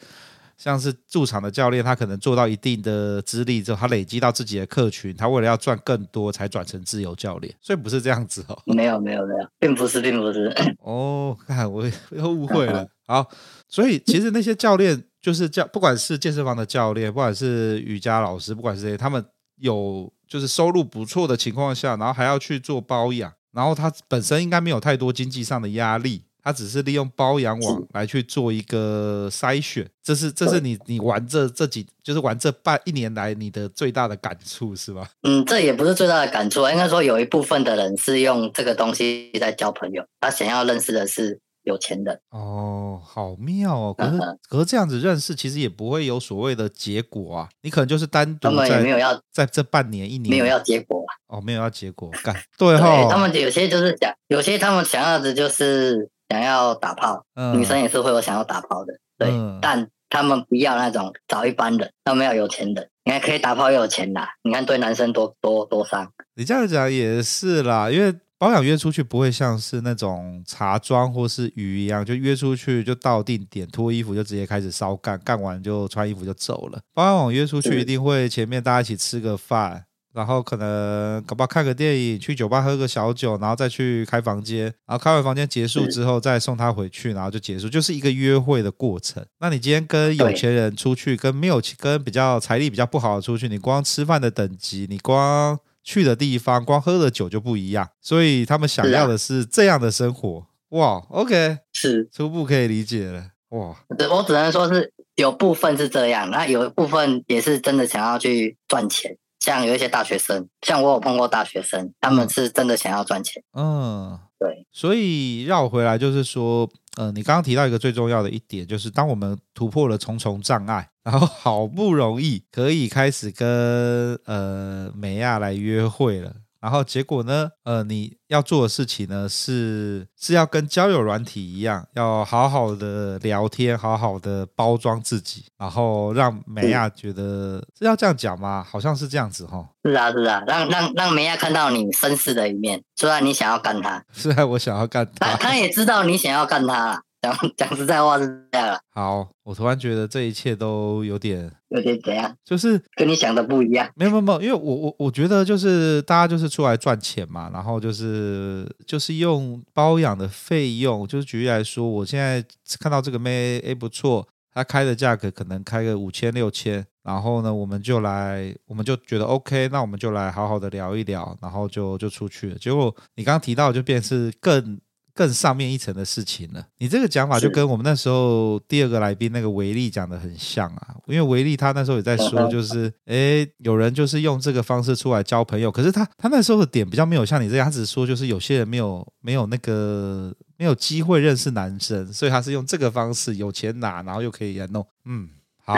A: 像是驻场的教练，他可能做到一定的资历之后，他累积到自己的客群，他为了要赚更多才转成自由教练，所以不是这样子哦。
B: 没有没有没有，并不是并不是，
A: 哦，看我又误会了。好，所以其实那些教练就是教，不管是健身房的教练，不管是瑜伽老师，不管是谁，他们有就是收入不错的情况下，然后还要去做包养，然后他本身应该没有太多经济上的压力。他只是利用包养网来去做一个筛选，这是这是你你玩这这几就是玩这半一年来你的最大的感触是吧？
B: 嗯，这也不是最大的感触啊，应该说有一部分的人是用这个东西在交朋友，他想要认识的是有钱人，
A: 哦，好妙哦！可是
B: 嗯嗯
A: 可是这样子认识，其实也不会有所谓的结果啊。你可能就是单独
B: 他们也
A: 在嗯
B: 没有要
A: 在这半年一年
B: 没有要结果啊。
A: 哦，没有要结果，干对
B: 对他
A: 哈，
B: 们有些就是想，有些他们想要的就是想要打炮，
A: 嗯
B: 女生也是会有想要打炮的，对，
A: 嗯
B: 但他们不要那种找一般人，他们要有钱人。你看可以打炮又有钱拿，你看对男生多多多伤。
A: 你这样讲也是啦，因为保养约出去不会像是那种茶庄或是鱼一样，就约出去就到定点脱衣服就直接开始烧干，干完就穿衣服就走了。保养网约出去
B: 对
A: 一定会前面大家一起吃个饭。然后可能搞不好看个电影，去酒吧喝个小酒，然后再去开房间，然后开完房间结束之后再送他回去，然后就结束，就是一个约会的过程。那你今天跟有
B: 对
A: 钱人出去，跟没有钱跟比较财力比较不好的出去，你光吃饭的等级，你光去的地方，光喝的酒就不一样，所以他们想
B: 是啊
A: 要的是这样的生活。哇，OK，
B: 是，
A: 初步可以理解了。哇，
B: 只我只能说是有部分是这样，那有一部分也是真的想要去赚钱。像有一些大学生，像我有碰过大学生，他们是真的想要赚钱。
A: 嗯，
B: 对，
A: 所以绕回来就是说，呃，你刚刚提到一个最重要的一点，就是当我们突破了重重障碍，然后好不容易可以开始跟呃美亚来约会了。然后结果呢，呃，你要做的事情呢是是要跟交友软体一样，要好好的聊天，好好的包装自己，然后让美亚觉得是要这样讲吗？好像是这样子哦哈。
B: 是啊是啊，让让让梅亚看到你绅士的一面，虽然你想要干他，
A: 虽然我想要干
B: 他
A: 他，
B: 他也知道你想要干他啦。讲讲实在话是这样啦，
A: 好，我突然觉得这一切都有点，
B: 有点怎样，
A: 就是
B: 跟你想的不一样。
A: 没有没有没有，因为我我我觉得就是大家就是出来赚钱嘛，然后就是就是用包养的费用，就是举例来说，我现在看到这个妹诶不错，她开的价格可能开个五千六千，然后呢我们就来我们就觉得 OK，那我们就来好好的聊一聊，然后就就出去了。结果你刚刚提到就变是更。更上面一层的事情了。你这个讲法就是跟我们那时候第二个来宾那个维利讲的很像啊，因为维利他那时候也在说，就是诶，有人就是用这个方式出来交朋友，可是他他那时候的点比较没有像你这样，他只是说就是有些人没有没有那个没有机会认识男生，所以他是用这个方式，有钱拿，然后又可以来弄。嗯， 好，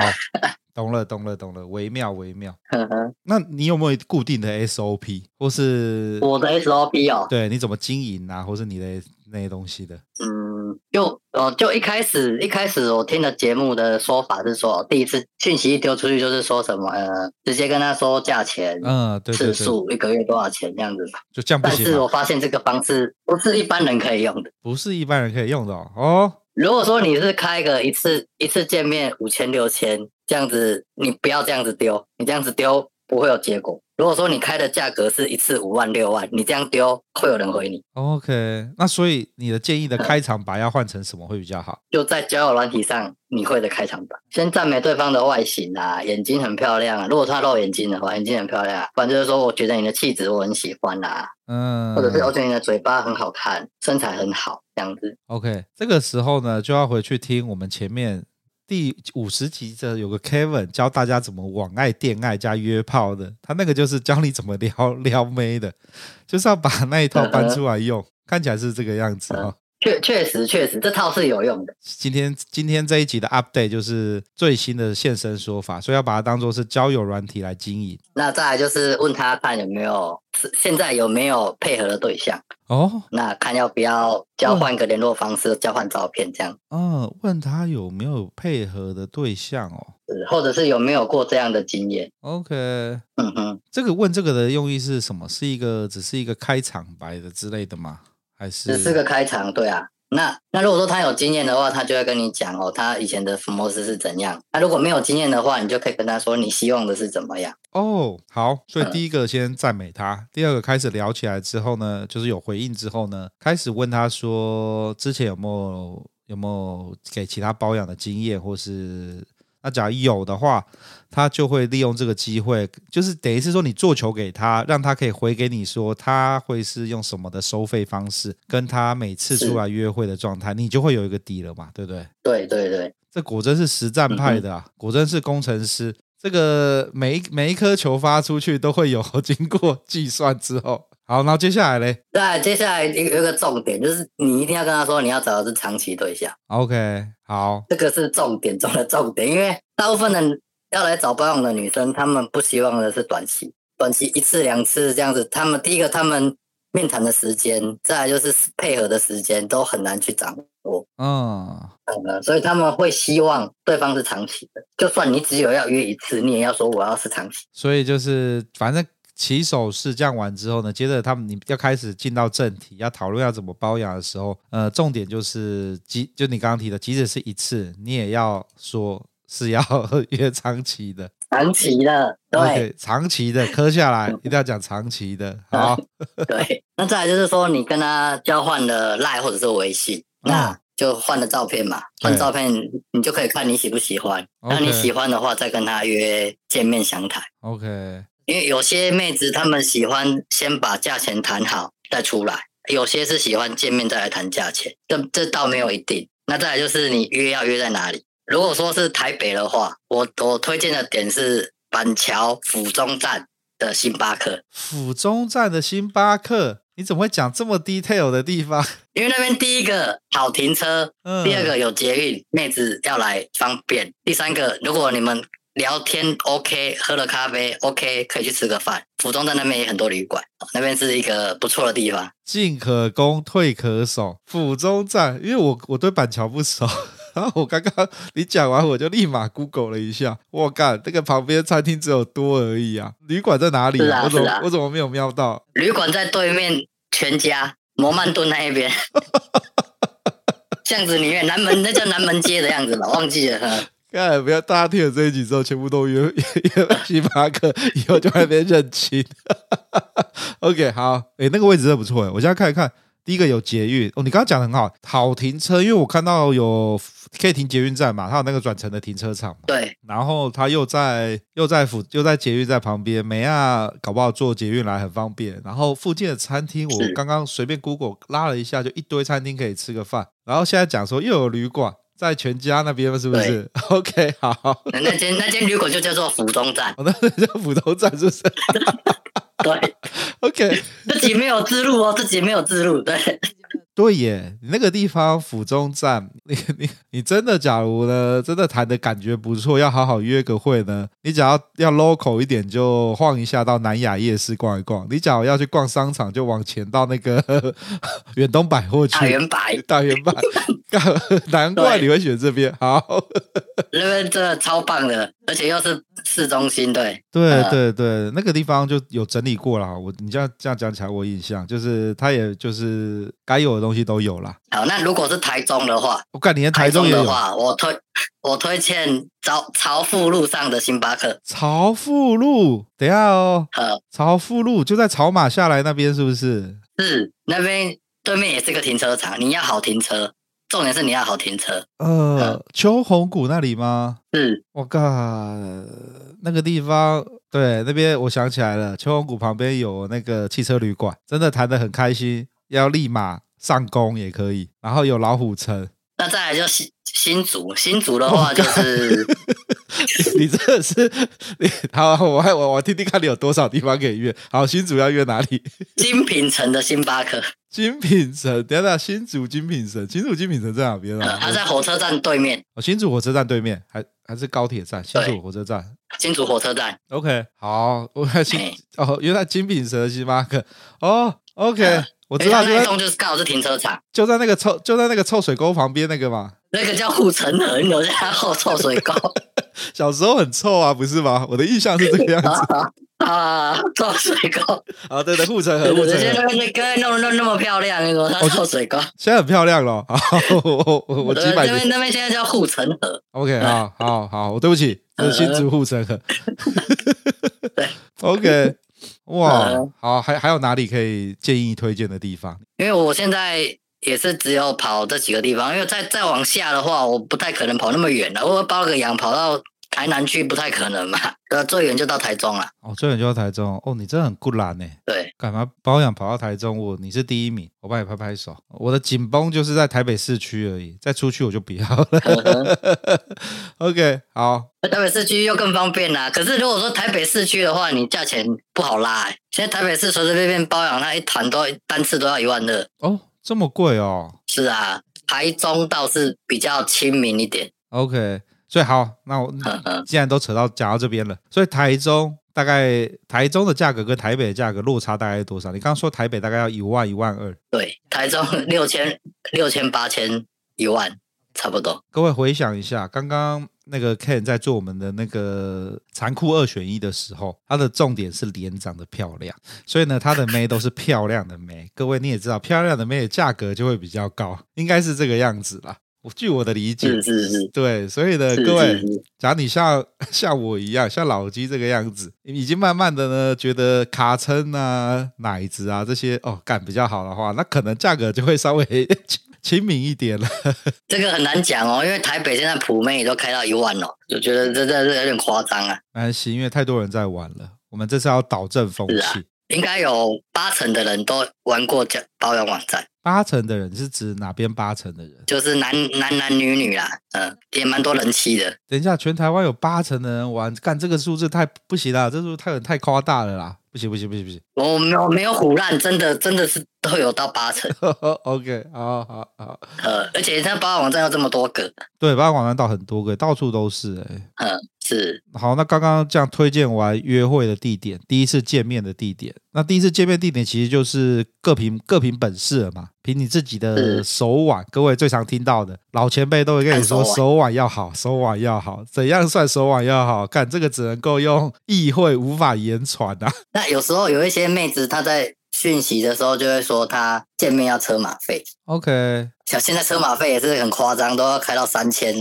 A: 懂了，懂了，懂了，微妙，微妙。
B: 呵呵，
A: 那你有没有固定的 SOP 或是？
B: 我的 SOP 哦，
A: 对，你怎么经营啊，或是你的那些东西的？
B: 嗯，就哦，就一开始一开始我听的节目的说法是说，第一次讯息一丢出去就是说什么呃，直接跟他说价钱、
A: 嗯，对对
B: 次
A: 对，
B: 数、一个月多少钱这样子。
A: 就这样不
B: 但
A: 行啊
B: 是
A: 吗，
B: 我发现这个方式不是一般人可以用的。
A: 不是一般人可以用的哦。哦
B: 如果说你是开个一次一次见面五千六千这样子，你不要这样子丢，你这样子丢不会有结果。如果说你开的价格是一次五万六万，你这样丢会有人回你。
A: OK，那所以你的建议的开场白要换成什么会比较好？
B: 就在交友软体上，你会的开场白，先赞美对方的外形啊，眼睛很漂亮啊。如果他露眼睛的话，眼睛很漂亮、啊。反正就是说，我觉得你的气质我很喜欢啦、
A: 嗯，
B: 或者是我哦觉得你的嘴巴很好看，身材很好，这样子。
A: OK，这个时候呢就要回去听我们前面第五十集的有个 Kevin 教大家怎么网爱、恋爱加约炮的，他那个就是教你怎么撩撩妹的，就是要把那一套搬出来用，看起来是这个样子哦。
B: 确确实确实，这套是有用的。
A: 今天今天这一集的 update 就是最新的现身说法，所以要把它当做是交友软体来经营
B: 那再来就是问他看有没有是现在有没有配合的对象，
A: 哦。
B: 那看要不要交换个联络方式，交换照片这样
A: 嗯，问他有没有配合的对象哦。
B: 子，或者是有没有过这样的经验。
A: OK，
B: 嗯哼，
A: 这个问这个的用意是什么？是一个只是一个开场白的之类的吗？还是
B: 只是个开场，对啊。那那如果说他有经验的话，他就会跟你讲哦，他以前的福摩斯是怎样。那如果没有经验的话，你就可以跟他说你希望的是怎么样。
A: 哦，好，所以
B: 嗯
A: 第一个先赞美他，第二个开始聊起来之后呢，就是有回应之后呢，开始问他说之前有没有有没有给其他包养的经验，或是那假如有的话，他就会利用这个机会，就是等于是说你做球给他，让他可以回给你说他会是用什么的收费方式，跟他每次
B: 是
A: 出来约会的状态，你就会有一个底了嘛，对不对？
B: 对对对，
A: 这果真是实战派的啊，果真是工程师。这个每一每一颗球发出去都会有 经过计算之后，好，然后接下来嘞
B: 那接下来一个有一个重点就是，你一定要跟他说你要找的是长期对象，
A: ，OK，好，
B: 这个是重点中的重点，因为大部分人要来找保养的女生，她们不希望的是短期，短期一次两次这样子。她们第一个，她们面谈的时间，再来就是配合的时间都很难去掌握。
A: 嗯，
B: 呃，所以他们会希望对方是长期的，就算你只有要约一次，你也要说我要是长期。
A: 所以就是反正起手式这样完之后呢，接着他们你要开始进到正题，要讨论要怎么包养的时候，呃，重点就是即就你刚刚提的，即使是一次，你也要说是要 约长期的，
B: 长期的，对
A: OK，长期的磕下来，一定要讲长期的，好。
B: 对。那再来就是说，你跟他交换了赖或者是微信，
A: 嗯
B: 那就换了照片嘛，
A: 对
B: 换照片你就可以看你喜不喜欢。那你
A: OK
B: 喜欢的话，再跟他约见面详谈。
A: OK，
B: 因为有些妹子她们喜欢先把价钱谈好再出来，有些是喜欢见面再来谈价钱，这这倒没有一定。那再来就是你约要约在哪里？如果说是台北的话，我我推荐的点是板桥府中站的星巴克，
A: 府中站的星巴克，你怎么会讲这么 detail 的地方？
B: 因为那边第一个好停车，
A: 嗯
B: 第二个有捷运，妹子要来方便。第三个，如果你们聊天 OK，喝了咖啡 OK，可以去吃个饭。府中站那边也很多旅馆，哦那边是一个不错的地方。
A: 进可攻，退可守。府中站，因为我我对板桥不熟， 然后我刚刚你讲完，我就立马 Google 了一下，我干，那个旁边餐厅只有多而已啊，旅馆在哪里、
B: 是啊
A: 我怎么、
B: 是啊
A: 我怎么没有瞄到？
B: 旅馆在对面全家摩曼顿那 一边，巷子里面南门那叫南门街的样子吧，忘记了。嗯
A: 看，不要大家听了这一集之后，全部都约约约星巴克，以后就在那边认亲。OK，好，诶、那个位置真的不错诶，我现在看一看，第一个有捷运哦，你刚刚讲的很好，好停车，因为我看到有可以停捷运站嘛，它有那个转乘的停车场嘛，
B: 对，
A: 然后它又在又在附又在捷运站旁边，美亚搞不好坐捷运来很方便。然后附近的餐厅，我
B: 是
A: 刚刚随便 Google 拉了一下，就一堆餐厅可以吃个饭。然后现在讲说又有旅馆。在全家那边是不是 ？OK，好，
B: 那间那间旅馆就叫做府中站。
A: 哦、那那叫普通站是不是
B: 对，
A: ？OK，
B: 自己没有自路哦，自己没有自路。对，
A: 对耶，你那个地方府中站，你你你真的，假如呢，真的谈的感觉不错，要好好约个会呢，你只要要 local 一点，就晃一下到南雅夜市逛一逛；你假如要去逛商场，就往前到那个 远东百货去。
B: 大圆白
A: 大 圆百，干 难怪
B: 对
A: 你会选这边。好，
B: 那边真的超棒的，而且又是市中心。对，
A: 对
B: 呃
A: 对对，那个地方就有整理过了。我你这样这样讲起来，我印象就是它也就是该有的东西都有啦。
B: 好，那如果是台中的话，
A: 我感觉连台中也
B: 的
A: 有。
B: 话，我推我推荐朝朝富路上的星巴克。
A: 朝富路，等一下哦，
B: 呃，
A: 朝富路就在草马下来那边，是不是？
B: 是那边对面也是个停车场，你要好停车，重点是你要好停车。
A: 呃
B: 嗯，
A: 秋红谷那里吗？
B: 是
A: 我靠，那个地方，对，那边我想起来了，秋红谷旁边有那个汽车旅馆，真的谈得很开心，要立马上工也可以，然后有老虎城，
B: 那再来就新新竹，新竹的
A: 哦
B: 话就是、
A: 你这个是你好，我还我我听听看你有多少地方可以约，好，新主要约哪里？
B: 金品城的星 巴克，
A: 金品城，等一下新竹金品城，新竹金品城在哪边
B: 呃
A: 啊？
B: 它在火车站对面，
A: 哦，新竹火车站对面，还还是高铁站？新竹火车站。
B: 新竹火车站。
A: OK，好，我看新
B: 哎
A: 哦，原来金品城的星巴克。哦，OK，、
B: 嗯
A: 我
B: 因
A: 知
B: 为它
A: 道，就
B: 那一
A: 在
B: 栋就是刚好是停车场，
A: 就在那个臭就在那个臭水沟旁边那个嘛。
B: 那个叫护城河，你有在它后臭水 沟
A: 小时候很臭啊，不是吗？我的印象是这个样 子。
B: 啊，臭水沟，
A: 啊，对对，护城河，
B: 我
A: 护城
B: 觉得
A: 河，
B: 那个刚才弄得弄得那么漂亮，你说它臭水沟，
A: 现在很漂亮了。好，我我我几
B: 呃
A: 百
B: 那
A: 年
B: 边那边现在叫护城河，
A: OK，好好好，我对不起，这是新竹护城河。OK，哇
B: 嗯，
A: 好，还还有哪里可以建议推荐的地方？
B: 因为我现在。也是只有跑这几个地方，因为再再往下的话，我不太可能跑那么远了。我包个羊跑到台南去不太可能嘛，呃，最远就到台中了。
A: 哦，最远就到台中哦，你真的很固懒呢。
B: 对，
A: 干嘛包养跑到台中？我你是第一名，我帮你拍拍手。我的紧绷就是在台北市区而已，再出去我就不要了。OK，好，
B: 台北市区又更方便啦。可是如果说台北市区的话，你价钱不好拉、欸。现在台北市随随便便包养那一团都单次都要一万二。
A: 哦，这么贵哦。
B: 是啊，台中倒是比较亲民一点。
A: OK，所以好，那我
B: 嗯嗯，
A: 既然都扯到讲到这边了，所以台中大概台中的价格跟台北的价格落差大概是多少？你刚刚说台北大概要一万一万二，
B: 对，台中六千、六千、八千、一万，差不多。
A: 各位回想一下，刚刚那个 Ken 在做我们的那个残酷二选一的时候，他的重点是脸长得漂亮，所以呢，他的妹都是漂亮的妹。各位你也知道，漂亮的妹的价格就会比较高，应该是这个样子啦。我据我的理解，
B: 是是是。
A: 对，所以呢，
B: 是
A: 呃各位
B: 是是，
A: 假如你像像我一样，像老鸡这个样子，已经慢慢的呢，觉得卡称啊、奶子啊这些哦，干比较好的话，那可能价格就会稍微 亲亲民一点了。
B: 这个很难讲哦，因为台北现在普妹都开到一万哦，就觉得这这这有点夸张啊。
A: 没关系，因为太多人在玩了，我们这次要导正风
B: 是
A: 气
B: 啊。应该有八成的人都玩过这包养网站，
A: 八成的人是指哪边八成的人？
B: 就是男男男女女啦，嗯、也蛮多人气的。
A: 等一下，全台湾有八成的人玩，干这个数字太不行啦，这数字太太夸大了啦，不行不行不行不行。
B: 我没有没有胡乱，真的真的是都有到八成，
A: OK，好好好，
B: 呃，而且它包含网站有这么多个，
A: 对，八卦网站到很多个，到处都是哎、
B: 呃，是
A: 好，那刚刚这样推荐完约会的地点，第一次见面的地点，那第一次见面地点其实就是各凭各凭本事了嘛，凭你自己的
B: 是哎
A: 手腕。各位最常听到的老前辈都会跟你说，
B: 看手腕
A: 手腕要好，手腕要好，怎样算手腕要好？干这个只能够用意会，无法言传 啊。
B: 那有时候有一些妹子，她在讯息的时候就会说她见面要车马费，
A: OK，
B: 像现在车马费也是很夸张，都要开到三千，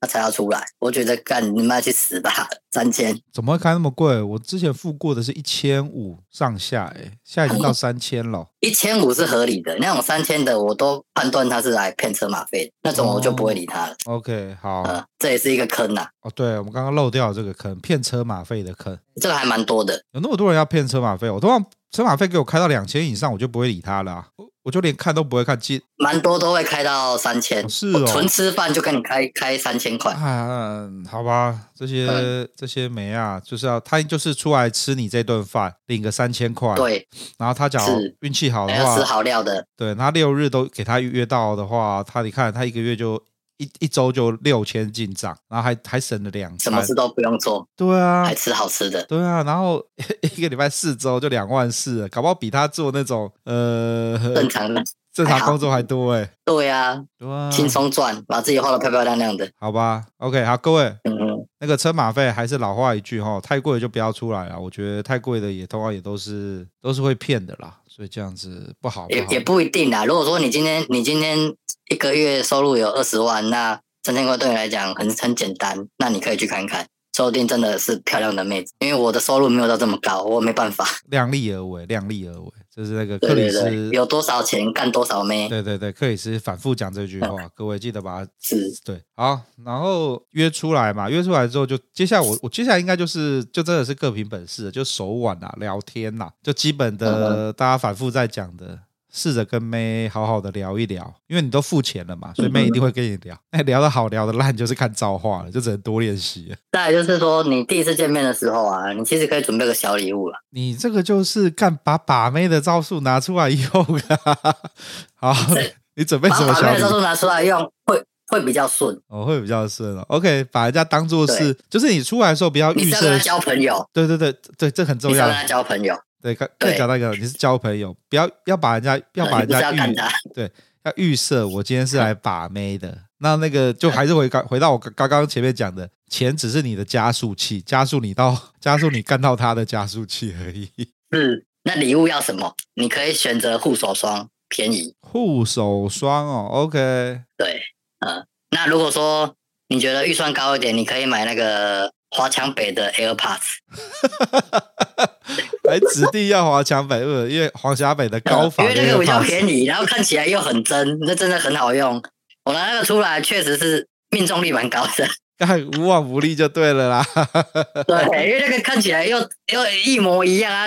B: 她才要出来。我觉得干你妈去死吧，三千
A: 怎么会开那么贵？我之前付过的是一千五上下、欸，哎，现在已经到三千了。
B: 一千五是合理的，那种三千的我都判断她是来骗车马费的，那种我就不会理
A: 哦
B: 她了。
A: OK，好，
B: 呃，这也是一个坑呐、
A: 哦，对，我们刚刚漏掉了这个坑，骗车马费的坑。
B: 这个还蛮多的。
A: 有那么多人要骗车马费，我通常车马费给我开到两千以上，我就不会理他了啊、我我就连看都不会看。记
B: 蛮多都会开到三千、
A: 哦是哦
B: 我纯吃饭就跟你开开三千块，
A: 啊，好吧，这些、
B: 呃
A: 这些没啊，就是要他就是出来吃你这顿饭，领个三千块。，
B: 对，
A: 然后他假如
B: 是
A: 运气好的
B: 还要吃
A: 话，
B: 好料的，
A: 对，他六日都给他约到的话，他你看他一个月就一一周就六千进账，然后还还省了两
B: 什
A: 餐
B: 么。事都不用做，
A: 对啊
B: 还，吃好吃的。
A: 对啊，然后 一个礼拜四周就两万四了，搞不好比他做那种呃
B: 正常的，
A: 正常工作还多哎、
B: 对呀、
A: 对啊
B: 啊，轻松赚，把自己画的漂漂亮亮的。
A: 好吧？OK，好，各位，
B: 嗯哼，
A: 那个车马费还是老话一句哈，太贵的就不要出来啊了。我觉得太贵的也通常也都是都是会骗的啦，所以这样子不好。
B: 也
A: 不好
B: 也不一定啦。如果说你今天你今天一个月收入有二十万，那三千块对你来讲很很简单，那你可以去看看，说不定真的是漂亮的妹子。因为我的收入没有到这么高，我没办法。
A: 量力而为，量力而为，就是那个克
B: 对
A: 里
B: 对
A: 斯，
B: 对，有多少钱干多少妹，
A: 对对对，克里斯反复讲这句话，各位记得把它
B: 嗯是
A: 对，好，然后约出来嘛，约出来之后就接下来我我接下来应该就是就真的是各凭本事，就手腕呐、聊天呐、就基本
B: 嗯
A: 的、大家反复在讲的，试着跟妹好好的聊一聊，因为你都付钱了
B: 嗯
A: 嘛，所以妹一定会跟你聊。 那、聊的好，聊的烂就是看造化了，就只能多练习了。
B: 再来就是说，你第一次见面的时候啊，你其实可以准备个小礼物啦。
A: 你这个就是干把把妹的招数拿出来用啊！ 好，你准备
B: 把
A: 什么
B: 把
A: 小
B: 妹的
A: 礼
B: 招
A: 物？
B: 数拿出来用，会会比较顺。
A: 我、会比较顺哦。OK，把人家当做是，就是你出来的时候不要预
B: 你是要跟
A: 设
B: 他交朋友，
A: 对对对对，这很重
B: 你是要
A: 要
B: 跟。他交朋友，
A: 对，刚
B: 对
A: 刚讲到一个，你是交朋友，不要要把 人家要把人
B: 你不是
A: 家
B: 要干
A: 预
B: 他。
A: 要预设，我今天是来把妹的。那那个就还是回刚回到我刚刚刚前面讲的，钱只是你的加速器，加速你到加速你干到他的加速器而已。
B: 是，那礼物要什么？你可以选择护手霜，便宜。
A: 护手霜哦，OK，
B: 对，呃，那如果说你觉得预算高一点，你可以买那个华强北的 AirPods。
A: 还指定要华强北，呃因为黄峡北的高仿
B: 呃因为那个比较
A: AirPods
B: 便宜，然后看起来又很真，那真的很好用。我拿那个出来，确实是命中率蛮高 的。
A: 干无往不利就对了啦。
B: 对，因为那个看起来又又一模一样啊，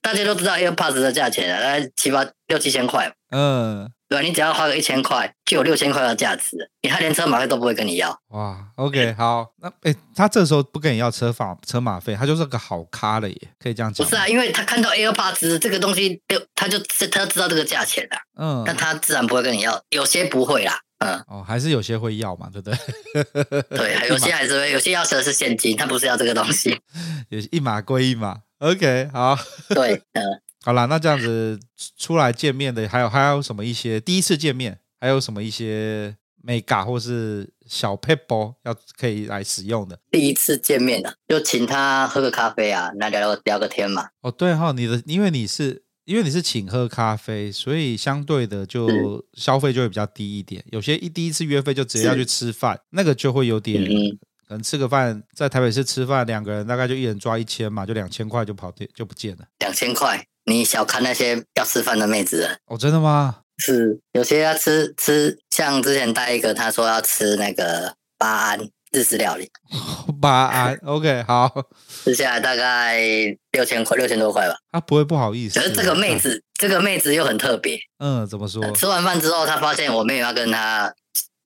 B: 大家都知道 AirPods 的价钱啊，大概七八六七千块嘛，
A: 嗯，
B: 对吧？啊你只要花个一千块，就有六千块的价值了，你他连车马费都不会跟你要。
A: 哇，OK，好，那哎、他这时候不跟你要车法车马费，他就是个好咖了耶，可以这样
B: 不
A: 讲吗。
B: 是啊，因为他看到 AirPods 这个东西，就他就他知道这个价钱啦，
A: 嗯，
B: 但他自然不会跟你要，有些不会啦。嗯，
A: 哦，还是有些会要嘛，对 不对？
B: 对，有些还是会，有些要的是现金，他不是要这个东西。
A: 有一码归一码。OK，好，
B: 对，嗯，
A: 好啦，那这样子出来见面的，还有还有什么一些第一次见面，还有什么一些 mega 或是小 paper 要可以来使用的？
B: 第一次见面啊，就请他喝个咖啡啊，那聊聊聊个天嘛。
A: 哦，对哈、你的因为你是因为你是请喝咖啡，所以相对的
B: 嗯
A: 就消费就会比较低一点。有些一第一次约会就直接要去吃饭，那个就会有点
B: 嗯哼，
A: 可能吃个饭，在台北市吃饭，两个人大概就一人抓一千嘛，就两千块就跑掉就不见了。
B: 两千块，你小看那些要吃饭的妹子了。
A: 哦，真的吗？
B: 是，有些要吃吃，像之前带一个，他说要吃那个巴安日式料理，
A: 八安，OK，好，
B: 吃下来大概六千块，六千多块吧。
A: 他啊不会不好意思。
B: 可是这个妹，子，这个妹子又很特别。
A: 嗯，怎么说？
B: 吃完饭之后，她发现我没有要跟她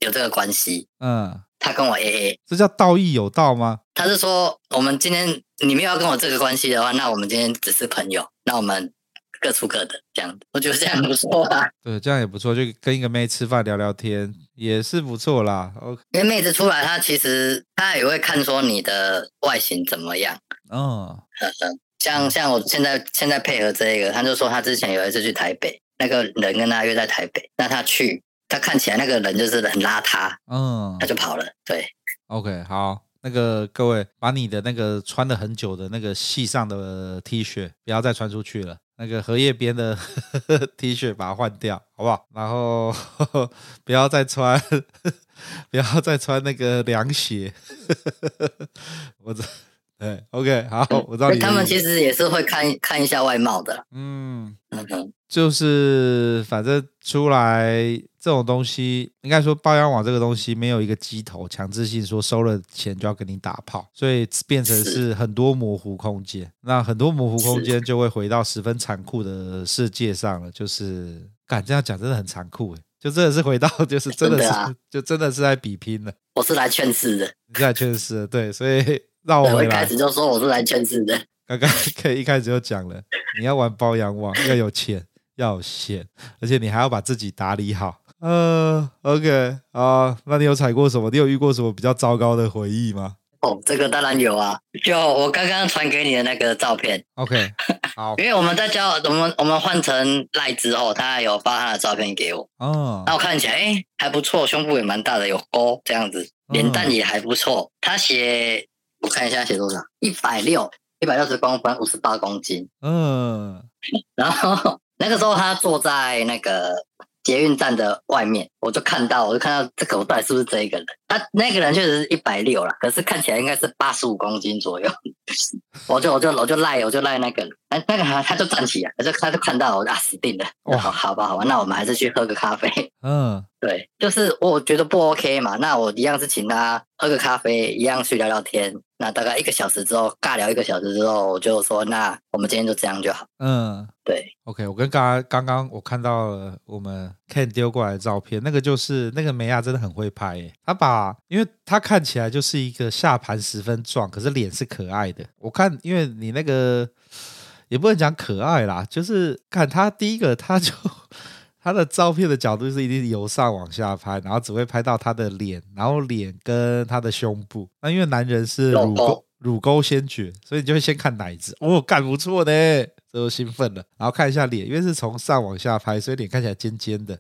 B: 有这个关系，
A: 嗯，
B: 她跟我 AA。
A: 这叫道义有道吗？
B: 她是说，我们今天你没有要跟我这个关系的话，那我们今天只是朋友，那我们各出各的这样子。我觉得这样不错啊。
A: 对，这样也不错，就跟一个妹吃饭聊聊天，也是不错啦。OK，
B: 因为妹子出来，她其实她也会看说你的外形怎么样。
A: 嗯，
B: 像像我现在现在配合这个，他就说他之前有一次去台北，那个人跟他约在台北，那他去，他看起来那个人就是很邋遢，
A: 嗯
B: 他就跑了。对，
A: ，OK，好，那个各位，把你的那个穿了很久的那个系上的 T 恤不要再穿出去了，那个荷叶边的 T 恤把它换掉，好不好？然后 不要再穿，不要再穿那个凉鞋。 我这对 OK，好，我知道
B: 所
A: 你
B: 以
A: 的
B: 他们
A: 意思
B: 其实也是会看看一下外貌的。
A: 嗯。
B: 嗯哼，
A: 就是反正出来这种东西，应该说包养网这个东西没有一个鸡头，强制性说收了钱就要给你打炮，所以变成是很多模糊空间。那很多模糊空间就会回到十分残酷的世界上了，就是敢这样讲真的很残酷诶、欸就真的是回到 就是真的是
B: 真的啊
A: 就真的是在比拼了，
B: 我是来劝世的，
A: 这在确实对，所以 绕
B: 对我
A: 回
B: 一
A: 来
B: 开始。就说我是来劝世的。
A: 刚刚 K 一开始就讲了，你要玩包养网要有钱，要有闲，而且你还要把自己打理好。呃，OK 啊、那你有踩过什么？你有遇过什么比较糟糕的回忆吗
B: 哦，这个当然有啊，就我刚刚传给你的那个照片，
A: ？OK，好，
B: 因为我们在交我们我们换成赖之后，他有发他的照片给我，
A: 嗯
B: 那我看起来哎、诶还不错，胸部也蛮大的，有沟这样子，
A: 嗯
B: 脸蛋也还不错。他写我看一下写多少，一百六，一百六十公分，五十八公斤。
A: 嗯
B: 然后那个时候他坐在那个捷运站的外面，我就看到，我就看到这个我到底是不是这一个人？他那个人确实是一百六啦，可是看起来应该是八十五公斤左右。 我就我就我就赖我就赖那个人，哎，那个他他就站起来，他就他就看到我，啊，死定了！
A: 哇
B: 好好吧，好吧，那我们还是去喝个咖啡。
A: 嗯
B: 对，就是我觉得不 OK 嘛，那我一样是请他喝个咖啡，一样去聊聊天。那大概一个小时之后，尬聊一个小时之后，我就说，那我们今天就这样就好。
A: 嗯
B: 对，
A: ，OK，我跟刚刚刚刚我看到了我们 Ken 丢过来的照片，那个就是那个梅亚真的很会拍耶，她把因为她看起来就是一个下盘十分壮，可是脸是可爱的。我看因为你那个也不能讲可爱啦，就是看他第一个，他就 他的照片的角度是一定由上往下拍，然后只会拍到他的脸，然后脸跟他的胸部。那因为男人是
B: 肉
A: 乳沟
B: 沟
A: 乳沟先决，所以你就会先看奶子。哦，干不错呢，这就兴奋了。然后看一下脸，因为是从上往下拍，所以脸看起来尖尖的。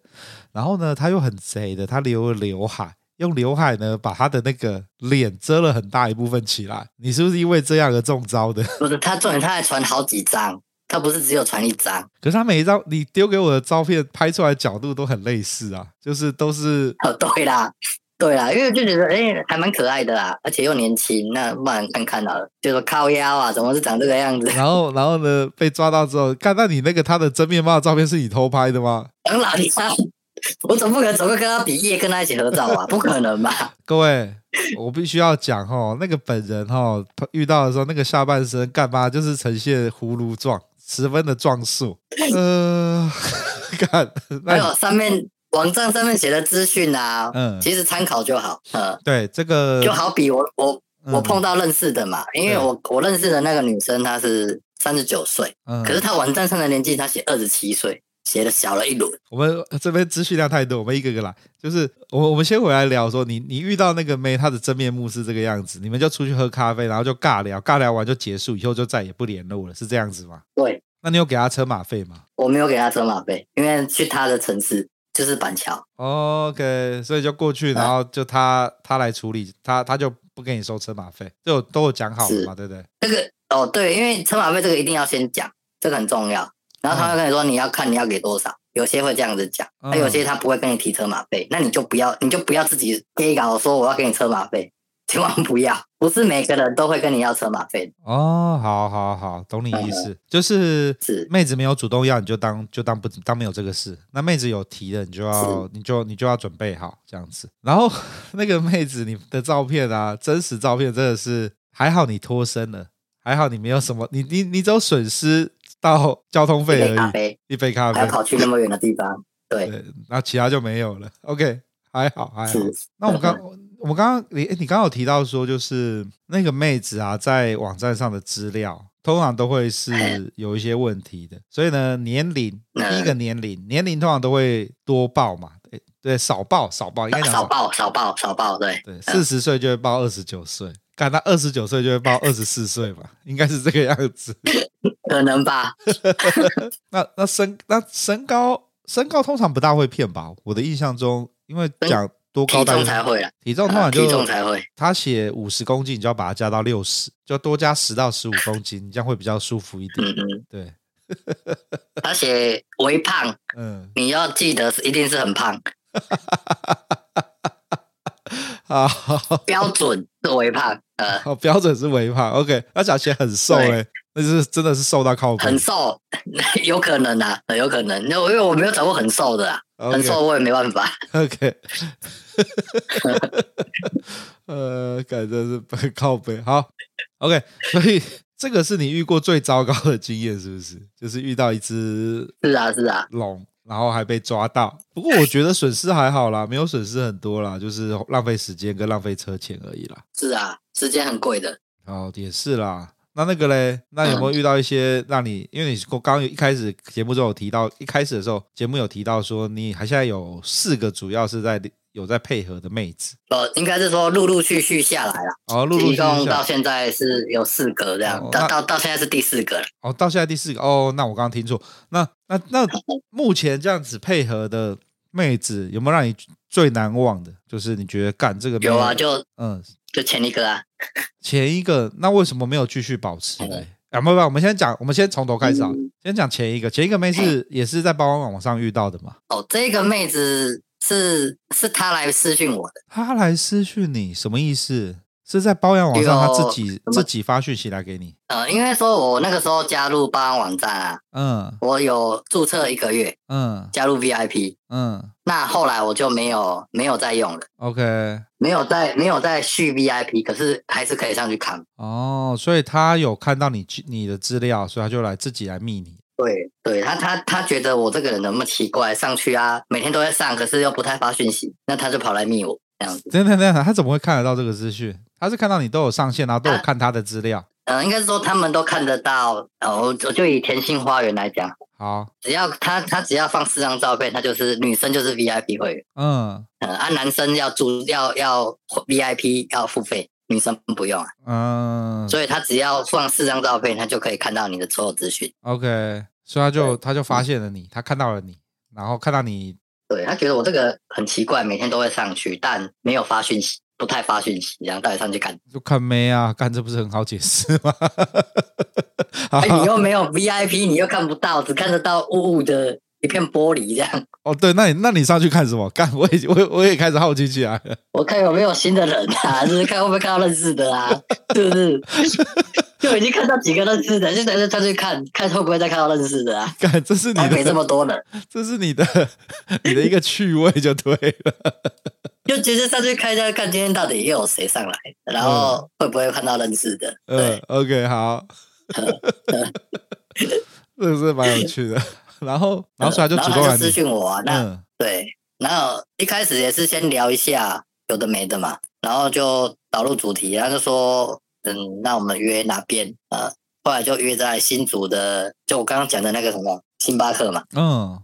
A: 然后呢，他又很贼的，他留了刘海。用刘海呢，把他的那个脸遮了很大一部分起来。你是不是因为这样而中招的？
B: 不是，他重点他还传好几张，他不是只有传一张，
A: 可是他每一张你丢给我的照片拍出来的角度都很类似啊，就是都是
B: 哦，对啦，对啦，因为就觉得哎、还蛮可爱的啦，而且又年轻，那不然看看好了，就说靠腰啊，怎么是长这个样子？
A: 然后然后呢被抓到之后，看到你那个他的真面貌的照片是你偷拍的吗？
B: 当然啦，我总不可能总会跟他比耶，跟他一起合照啊 吧？不可能吧？
A: 各位，我必须要讲哦，那个本人哦，遇到的时候那个下半身干嘛就是呈现葫芦状，十分的壮硕。呃， 看那
B: 还
A: 你
B: 有上面网站上面写的资讯啊，
A: 嗯
B: 其实参考就好，嗯，
A: 对这个
B: 就好比我我我
A: 嗯
B: 碰到认识的嘛，因为
A: 对
B: 我我认识的那个女生她是三十九岁，
A: 嗯
B: 可是她网站上的年纪她写二十七岁，写的小了一轮。
A: 我们呃这边资讯量太多，我们一个个来。就是我我们先回来聊说，你你遇到那个妹，她的真面目是这个样子，你们就出去喝咖啡，然后就尬聊，尬聊完就结束，以后就再也不联络了，是这样子吗？
B: 对，
A: 那你有给她车马费吗
B: 我没有给她车马费，因为去她的城市就是板桥，
A: ？OK，所以就过去，然后就她她来处理，她她就不给你收车马费，就有都有讲好了嘛，对不对？
B: 这个哦对，因为车马费这个一定要先讲，这个很重要。然后他会跟你说你要看你要给多少，有些会这样子讲，那、有
A: 嗯
B: 些他不会跟你提车马费，那你就不要，你就不要自己给搞说我要给你车马费，千万不要，不是每个人都会跟你要车马费的，
A: 哦，好好好，懂你意思，就是
B: 是
A: 妹子没有主动要，你就当就当不当没有这个事。那妹子有提的，你就要你就你就要准备好这样子。然后 那个妹子你的照片啊，真实照片真的是还好你脱身了，还好你没有什么，你你你只有损失到交通
B: 一杯
A: 费
B: 咖
A: 而已，
B: 啡
A: 一杯咖
B: 还要
A: 啡，
B: 跑去那么远的地方，对，
A: 对，然后其他就没有了。OK，还好还好
B: 是。
A: 那我们 刚我们刚刚你诶你刚刚有提到说，就是那个妹子啊，在网站上的资料通常都会 是有一些问题的，所以呢，年龄
B: 嗯
A: 第一个年龄，年龄通常都会多报嘛，诶对，少报少报，应该讲
B: 少报少报少报，对，
A: 对，四十岁就会报二十九岁，干他二十九岁就会报二十四岁吧，应该是这个样子。
B: 可能吧。
A: 那那身那身高身高通常不大会骗吧？我的印象中，因为讲多高
B: 嗯体
A: 大
B: 重
A: 约
B: 才会啦，
A: 体重通常就
B: 体重才会。
A: 他写五十公斤，你就要把它加到六十，就多加十到十五公斤，你这样会比较舒服一
B: 嗯
A: 点。
B: 嗯，
A: 对，
B: 而且微胖，
A: 嗯，
B: 你要记得是一定是很胖，
A: 啊，
B: 标准是微胖，呃，
A: 好标准是微胖，OK。那假如写很瘦
B: 对
A: 嘞，那就是真的是瘦到靠谱。
B: 很瘦， 有可能啊，有可能，因为因为我没有找过很瘦的啊，很
A: OK
B: 瘦我也没办法。
A: OK，呃，感觉是不靠背。好，OK，所以这个是你遇过最糟糕的经验，是不是？就是遇到一只
B: 是啊，是啊，
A: 龙，然后还被抓到。不过我觉得损失还好啦，没有损失很多啦，就是浪费时间跟浪费车钱而已啦。
B: 是啊，时间很贵的。
A: 哦，也是啦。那那个嘞，那有没有遇到一些让你， 因为你刚刚有一开始节目中有提到，一开始的时候节目有提到说，你还现在有四个主要是在有在配合的妹子，
B: 呃，应该是说陆陆续续下来了，
A: 哦，陆陆续
B: 一共
A: 续
B: 到
A: 下
B: 现在是有四个这样
A: 哦，那
B: 到到到现在是第四个了。
A: 哦，到现在第四个哦，那我刚刚听错，那那那目前这样子配合的妹子有没有让你最难忘的？就是你觉得干这个妹
B: 有啊，就
A: 嗯，
B: 就前一个啊，
A: 前一个那为什么没有继续保持嘞？
B: 哦
A: 啊，不不，我们先讲，我们先从头开始啊，
B: 嗯
A: 先讲前一个，前一个妹是
B: 哎
A: 也是在包网网上遇到的嘛，
B: 哦，这个妹子是是她来私讯我的，
A: 她来私讯你什么意思？是在包养网上，她自己
B: 哎么
A: 自己发讯息来给你，
B: 呃，因为说我那个时候加入八安网站啊，
A: 嗯
B: 我有注册一个月，
A: 嗯
B: 加入 VIP，
A: 嗯
B: 那后来我就没有没有再用了，
A: ，OK，
B: 没有再没有再续 VIP，可是还是可以上去看。
A: 哦，所以他有看到你资你的资料，所以他就来自己来密你。
B: 对，对他他他觉得我这个人怎么那么奇怪，上去啊，每天都在上，可是又不太发讯息，那他就跑来密我这样子。
A: 等等等等，他怎么会看得到这个资讯？他是看到你都有上线，然后都有
B: 啊
A: 看他的资料。
B: 呃，应该是说他们都看得到，呃，我我就以甜心花园来讲，
A: 好，
B: 只要他他只要放四张照片，他就是女生就是 VIP 会员，
A: 嗯
B: 呃，啊，男生要注要要 VIP 要付费，女生不用啊，
A: 嗯
B: 所以他只要放四张照片，他就可以看到你的所有资讯。
A: ，OK，所以他就他就
B: 嗯
A: 发现了你，他看到了你，然后看到你，
B: 对他觉得我这个很奇怪，每天都会上去，但没有发讯息，不太发讯息，然后到底上去看
A: 就看妹啊，干这不是很好解释吗？ 啊好
B: 哎，你又没有 VIP，你又看不到，只看得到雾雾的一片玻璃这样。
A: 哦，对，那你那你上去看什么？干，我也我也我也开始好奇起来了。
B: 我看有没有新的人啊， 就是看会不会看到认识的啊， 是不是？就已经看到几个认识的，就在这上去看看会不会再看到认识 的啊。
A: 干，这是你
B: 台北这
A: 的，
B: 么多人，
A: 这是你的 你的一个趣味就对了。
B: 就直接上去看一下，看今天到底又有谁上来，然后会不会看到认识的。
A: 嗯
B: 对，
A: ，OK，好， 这个是蛮有趣的。 然后，然后所以他就主动来
B: 然后他就私
A: 你，
B: 讯我啊，那
A: 嗯
B: 对，然后一开始也是先聊一下有的没的嘛，然后就导入主题，他就说，嗯，那我们约哪边？呃，后来就约在新竹的，就我刚刚讲的那个什么星巴克嘛，
A: 嗯，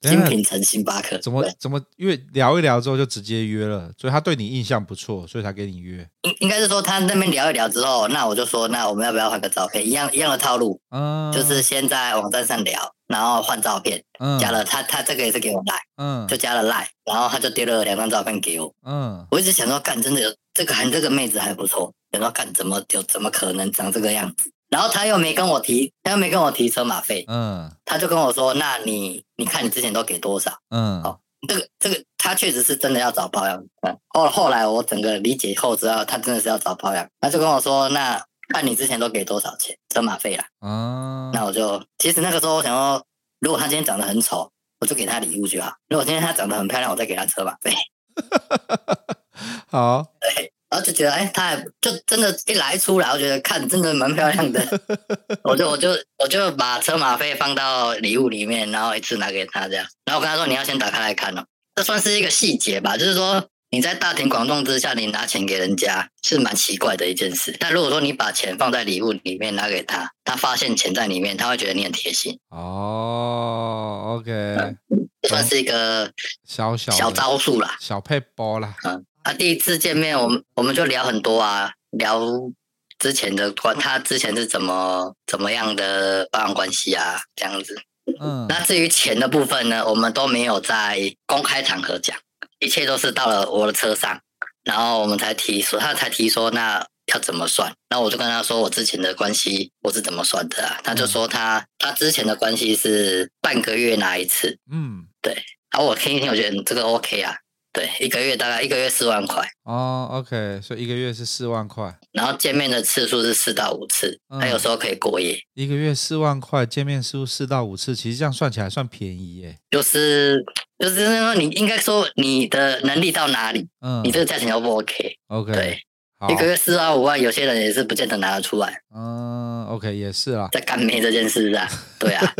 A: 等一
B: 新
A: 下
B: 品城星巴克。
A: 怎么
B: 对
A: 怎么约聊一聊之后就直接约了，所以他对你印象不错，所以才给你约。
B: 应应该是说他那边聊一聊之后，那我就说，那我们要不要换个照片？一样一样的套路，
A: 嗯，
B: 就是先在网站上聊，然后换照片，
A: 嗯
B: 加了他他这个也是给我赖，
A: 嗯
B: 就加了赖，然后他就丢了两张照片给我。
A: 嗯
B: 我一直想说，干，真的有这个还这个妹子还不错，想说干怎么有怎么可能长这个样子？然后他又没跟我提，他又没跟我提车马费，
A: 嗯
B: 他就跟我说，那你你看你之前都给多少？
A: 嗯
B: 好这个这个他确实是真的要找保养，嗯后后来我整个理解后知道他真的是要找保养，他就跟我说，那看你之前都给多少钱车马费啦？
A: 啊，
B: 那我就其实那个时候我想说，如果他今天长得很丑，我就给他礼物就好；如果今天他长得很漂亮，我再给他车马费。
A: 好，
B: 然后就觉得，哎、她还就真的，一来出来，我觉得看真的蛮漂亮的，我就我就我就把车马费放到礼物里面，然后一次拿给她这样。然后我跟她说，你要先打开来看哦，这算是一个细节吧，就是说你在大庭广众之下，你拿钱给人家是蛮奇怪的一件事。但如果说你把钱放在礼物里面拿给他，他发现钱在里面，他会觉得你很贴心，
A: 哦，OK，
B: 这算是一个
A: 小小的
B: 嗯小招数啦。
A: 小配包 啦，
B: 啊，第一次见面，我们我们就聊很多啊，聊之前的关，他之前是怎么怎么样的发展关系啊，这样子。
A: 嗯
B: 那至于钱的部分呢，我们都没有在公开场合讲，一切都是到了我的车上，然后我们才提说，他才提说那要怎么算。那我就跟他说我之前的关系我是怎么算的啊，他就说他他之前的关系是半个月拿一次，
A: 嗯，
B: 然后我听一听，我觉得嗯这个 OK 啊，对，一个月大概一个月四万块。
A: 哦，OK，所以一个月是四万块，
B: 然后见面的次数是四到五次，
A: 嗯
B: 他有时候可以过夜，
A: 一个月四万块，见面次数四到五次，其实这样算起来算便宜耶。
B: 就是就是说你应该说你的能力到哪里，
A: 嗯，
B: 你这个价钱 O 不 OK？
A: OK，
B: 对，
A: 嗯好
B: 一，个月四到五万，有些人也是不见得拿得出来，
A: 嗯，OK 也是啦。
B: 在干妹这件事啊，对啊，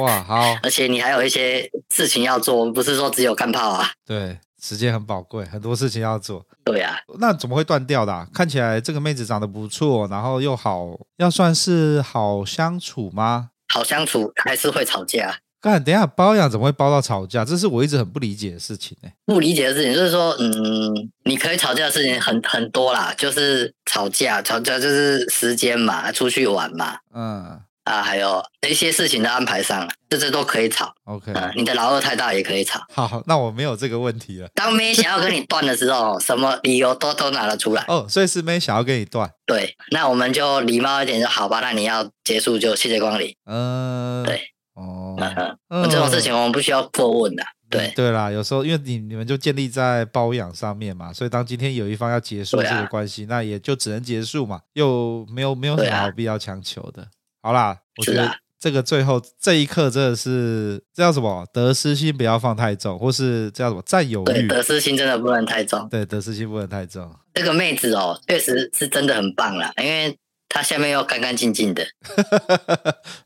A: 哇，好，
B: 而且你还有一些事情要做，不是说只有干炮啊，
A: 对，时间很宝贵，很多事情要做。
B: 对啊，
A: 那怎么会断掉的啊、看起来这个妹子长得不错，然后又好，要算是好相处吗？
B: 好相处还是会吵架。
A: 干，等一下包养怎么会包到吵架？这是我一直很不理解的事情欸呢、
B: 不理解的事情就是说，嗯，你可以吵架的事情很很多啦，就是吵架，吵架就是时间嘛，出去玩嘛，
A: 嗯
B: 啊，还有一些事情的安排上，这这都可以吵。
A: ，OK，
B: 嗯、你的老二太大也可以吵。
A: 好，那我没有这个问题了。
B: 当妹想要跟你断的时候，什么理由都都拿得出来。
A: 哦，所以是妹想要跟你断，
B: 对，那我们就礼貌一点就好吧。那你要结束就谢谢光临。
A: 嗯、
B: 对，
A: 哦，
B: 嗯
A: 嗯
B: 这种事情我们不需要过问的。对
A: 嗯对啦，有时候因为你你们就建立在包养上面嘛，所以当今天有一方要结束
B: 对
A: 这
B: 啊
A: 个关系，那也就只能结束嘛，又没有没有什
B: 对
A: 么
B: 啊
A: 好必要强求的。好啦，我觉
B: 是啊
A: 得这个最后这一刻真的是这叫什么得失心不要放太重，或是这叫什么占有
B: 对，
A: 欲，
B: 得失心真的不能太重。
A: 对得失心不能太重。
B: 这个妹子哦，确实是真的很棒啦，因为她下面又干干净净的，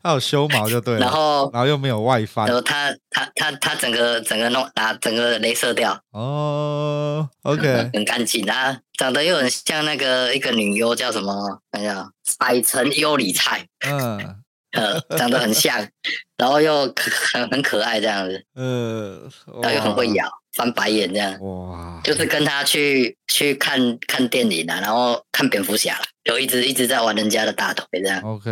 A: 还有修毛就对了，
B: 然后
A: 然后又没有外翻
B: 然后她她她她整个整个弄拿整个镭射掉，
A: 哦，OK，
B: 很干净啊，长得又很像那个一个女优叫什么？哎呀，百城优里菜，
A: 嗯
B: 呃，长得很像，然后又可很很可爱这样子，
A: 呃，
B: 然后又很会咬，翻白眼这样，
A: 哇，
B: 就是跟他去去看看电影啊，然后看蝙蝠侠啦，就一直一直在玩人家的大腿
A: 哦
B: 这样，
A: OK，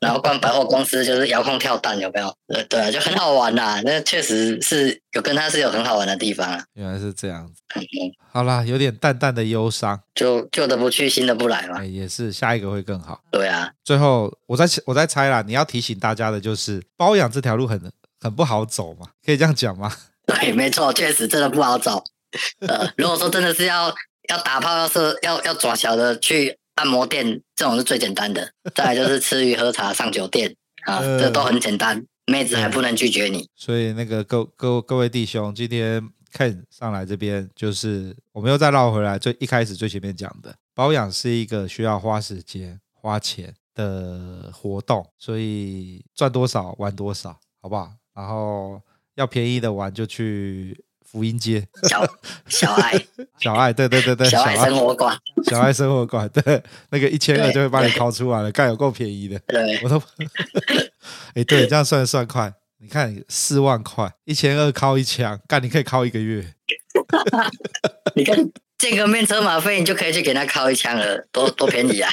B: 然后逛百货公司就是遥控跳蛋有没有？呃，对啊，就很好玩啦、那确实是有跟他是有很好玩的地方啊，
A: 原来是这样子。
B: 嗯嗯
A: 好啦，有点淡淡的忧伤，
B: 就旧的不去，新的不来
A: 哎、
B: 嘛，
A: 也是下一个会更好。
B: 对啊，
A: 最后，我在我在猜啦，你要提醒大家的就是，包养这条路很很不好走嘛，可以这样讲吗？
B: 对，没错，确实真的不好找。呃，如果说真的是要要打炮，要是要要抓小的去按摩店，这种是最简单的。再来就是吃鱼喝茶上酒店啊，
A: 呃
B: 这都很简单，妹子还不能拒绝你。
A: 所以那个各各各位弟兄，今天 Ken 上来这边，就是我们又再绕回来最一开始最前面讲的，保养是一个需要花时间、花钱的活动，所以赚多少玩多少，好不好？然后要便宜的玩就去福音街
B: 小小爱，
A: 小爱，对对对对，
B: 小爱生活馆，
A: 小爱生活馆，对，那个一千二
B: 对
A: 就会帮你掏出来了，干有够便宜的，
B: 对，
A: 我都， 哎、对，这样算算快，你看四万块，一千二靠一枪，干你可以靠一个 月，
B: 你看见个面车马费，你就可以去给他敲一枪了，多多便宜啊！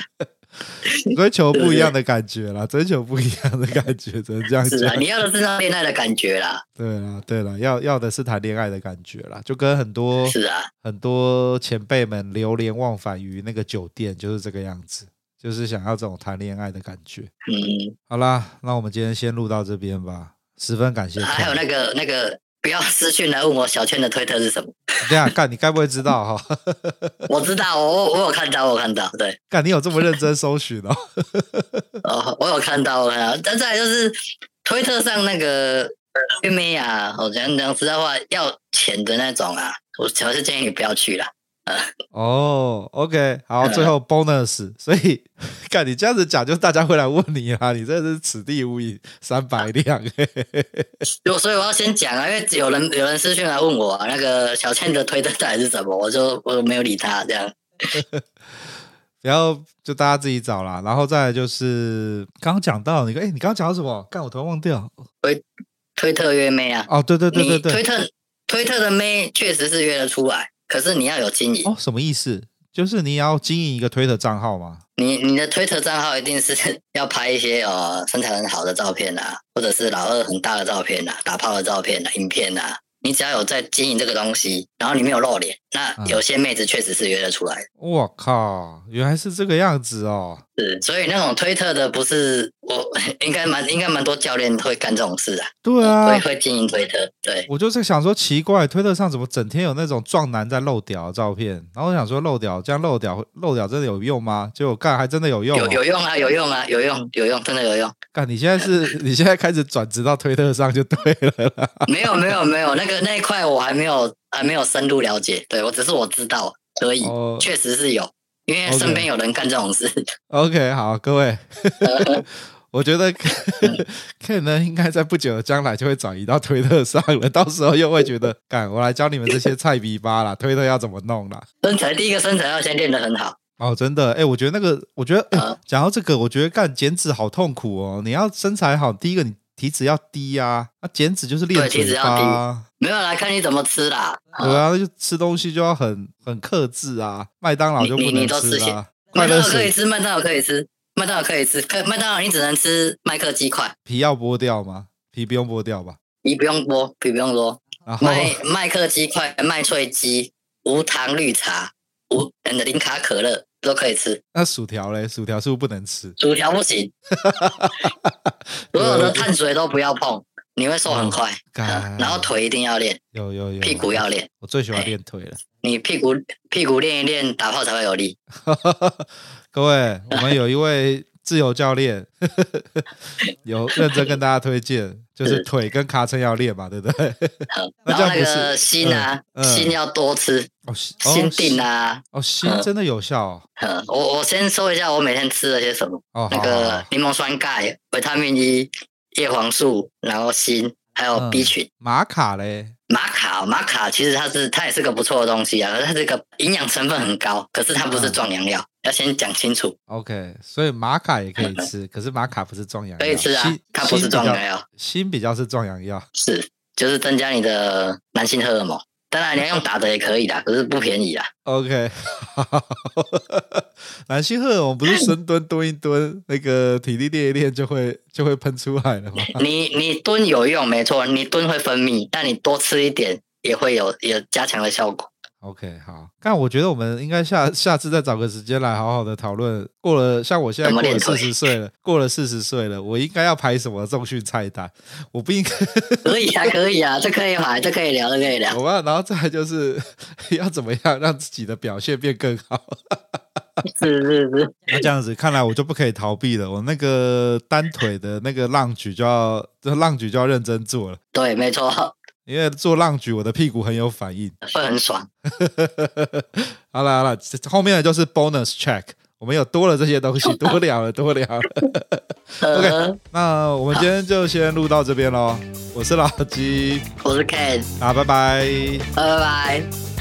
A: 追求不一样的感觉啦，追求不一样的感觉，只能这样
B: 是啊，
A: 讲。
B: 你要的是那恋爱的感觉啦，
A: 对啦，对啦，要要的是谈恋爱的感觉啦，就跟很多
B: 是啊，
A: 很多前辈们流连忘返于那个酒店，就是这个样子，就是想要这种谈恋爱的感觉。
B: 嗯，
A: 好啦，那我们今天先录到这边吧，十分感谢 Ken。
B: 还有那个那个，不要私讯来问我小圈的推特是什么。
A: 这样干，你该不会知道哈？
B: 我知道，我我我有看到，我有看到，对，
A: 干，你有这么认真搜寻哦？
B: 哦，我有看到，我有看到。但再来就是推特上那个玉妹啊，我讲讲实在话，要钱的那种啊，我主要是建议你不要去啦。
A: 哦，OK，好，最后 bonus，所以看你这样子讲，就大家会来问你啦，你这是此地无银三百两，嘿嘿嘿
B: 就所以我要先讲啊，因为有人有人私讯来问我、啊、那个小倩的推特到底是什么，我就我没有理他这样。
A: 不要就大家自己找啦。然后再来就是刚讲到你，哎，你刚讲到什么？干，我突然忘掉。
B: 推特约妹啊，
A: 哦，对对对对
B: 你推
A: 对，
B: 特推特的妹确实是约得出来，可是你要有经营，
A: 哦，什么意思？就是你要经营一个推特账号吗？
B: 你你的推特账号一定是 要拍一些呃身材很好的照片啊，或者是老二很大的照片啊，打炮的照片啊，影片啊。你只要有在经营这个东西，然后你没有露脸，那
A: 嗯
B: 有些妹子确实是约得出来的。
A: 我靠，原来是这个样子哦。
B: 是，所以那种推特的不是我，应该蛮应该蛮多教练会干这种事啊，
A: 对啊，
B: 会会经营推特，对，
A: 我就是想说奇怪，推特上怎么整天有那种壮男在露屌的照片？然后我想说露屌，这样露屌露屌真的有用吗？结果干还真的有用、
B: 有有
A: 哦。
B: 用啊，有用啊，有用，有用，真 的有用。
A: 干，你现在是 你现在开始转职到推特上就对了啦。
B: 没有没有没有，那个那一块我还没有还没有深入了解，对我只是我知道可以，
A: 哦
B: 确实是有，因为
A: OK
B: 身边有人干这种事。
A: OK，好，各位， 我觉得 Ken 呢应该在不久的将来就会转移到推特上了，到时候又会觉得，干，我来教你们这些菜逼吧啦，推特要怎么弄啦。
B: 身材第一个身材要先练得很好，
A: 哦，真的，哎、我觉得那个，我觉得，哎、
B: 啊
A: 讲到这个，我觉得干减脂好痛苦哦。你要身材好，第一个你体脂要低啊，那、减脂就是练
B: 对体
A: 嘴
B: 脂要嗯
A: 巴啊，
B: 没有来看你怎么吃啦。
A: 对啊，那就吃东西就要很很克制啊，麦当劳就不
B: 你你
A: 能
B: 你都
A: 吃
B: 吃些
A: 啦，快
B: 麦当
A: 乐
B: 劳可
A: 水
B: 以吃，麦当劳可以吃，麦当劳可以吃，可麦当劳你只能吃麦克鸡块，
A: 皮要剥掉吗？皮不用剥掉吧？
B: 你不用剥，你不用剥。
A: 然后
B: 麦麦克鸡块、麦脆鸡、无糖绿茶、无嗯零卡可乐都可以吃，
A: 那薯条嘞，薯条是不是不能吃？
B: 薯条 不行，所有的碳水都不要碰，你会瘦很快。
A: 哦干
B: 嗯然后腿一定要练，
A: 有有有，
B: 屁股要哎练，
A: 我最喜欢练腿了。
B: 你屁股屁股练一练，打炮才会有力。
A: 各位，我们有一位自由教练， 有认真跟大家推荐，就是腿跟卡撑要练嘛，对不对？
B: 嗯
A: 那这
B: 然后
A: 样
B: 那
A: 不是
B: 个心啊，
A: 嗯嗯
B: 心要多吃，
A: 哦，心
B: 心定，啊。
A: 哦，心真的有效哦。
B: 嗯，我我先说一下我每天吃了些什么，
A: 哦，
B: 那
A: 好好
B: 个
A: 好
B: 柠檬酸钙、维他命 E、叶黄素，然后锌，还有
A: 嗯
B: B 群。
A: 玛卡嘞，
B: 玛卡，哦玛卡其实它是它也是个不错的东西啊，可是它这个营养成分很高，可是它
A: 嗯
B: 不是壮阳药，要先讲清楚。
A: OK，所以玛卡也可以 吃，可是玛卡不是壮阳药，
B: 可以吃啊
A: 哎锌
B: 它不是壮阳药，
A: 锌比较锌比较是壮阳药。
B: 是，就是增加你的男性荷尔蒙。当然你要用打的也可以啦，可是不便宜啦。
A: OK，男性荷尔蒙不是深蹲蹲一蹲，那个体力练一练就会就会喷出来了吗？
B: 你你蹲有用，没错，你蹲会分泌，但你多吃一点也会有有加强的效果。
A: OK，好，但我觉得我们应该下下次再找个时间来好好的讨论。过了，像我现在
B: 怎
A: 过
B: 么
A: 了
B: 练
A: 四
B: 腿
A: 十岁了，过了四十岁了，我应该要排什么重训菜单？我不应 该，
B: 可以啊，可以啊，这可以买，这可以聊，这可以聊。
A: 我吧。然后再来就是 要怎么样让自己的表现变更好。
B: 是是是，
A: 那这样子，看来我就不可以逃避了，我那个单腿的那个浪举就要，这浪举就要认真做了，
B: 对，没错，
A: 因为做浪举我的屁股很有反应。
B: 会很爽。
A: 好了好了，这后面的就是 bonus check，我们有多了这些东西， 多聊了多聊了。
B: 呃，
A: 那我们今天就先录到这边喽，我是老鸡，
B: 我是 Ken，
A: 啊，拜拜。
B: 拜拜。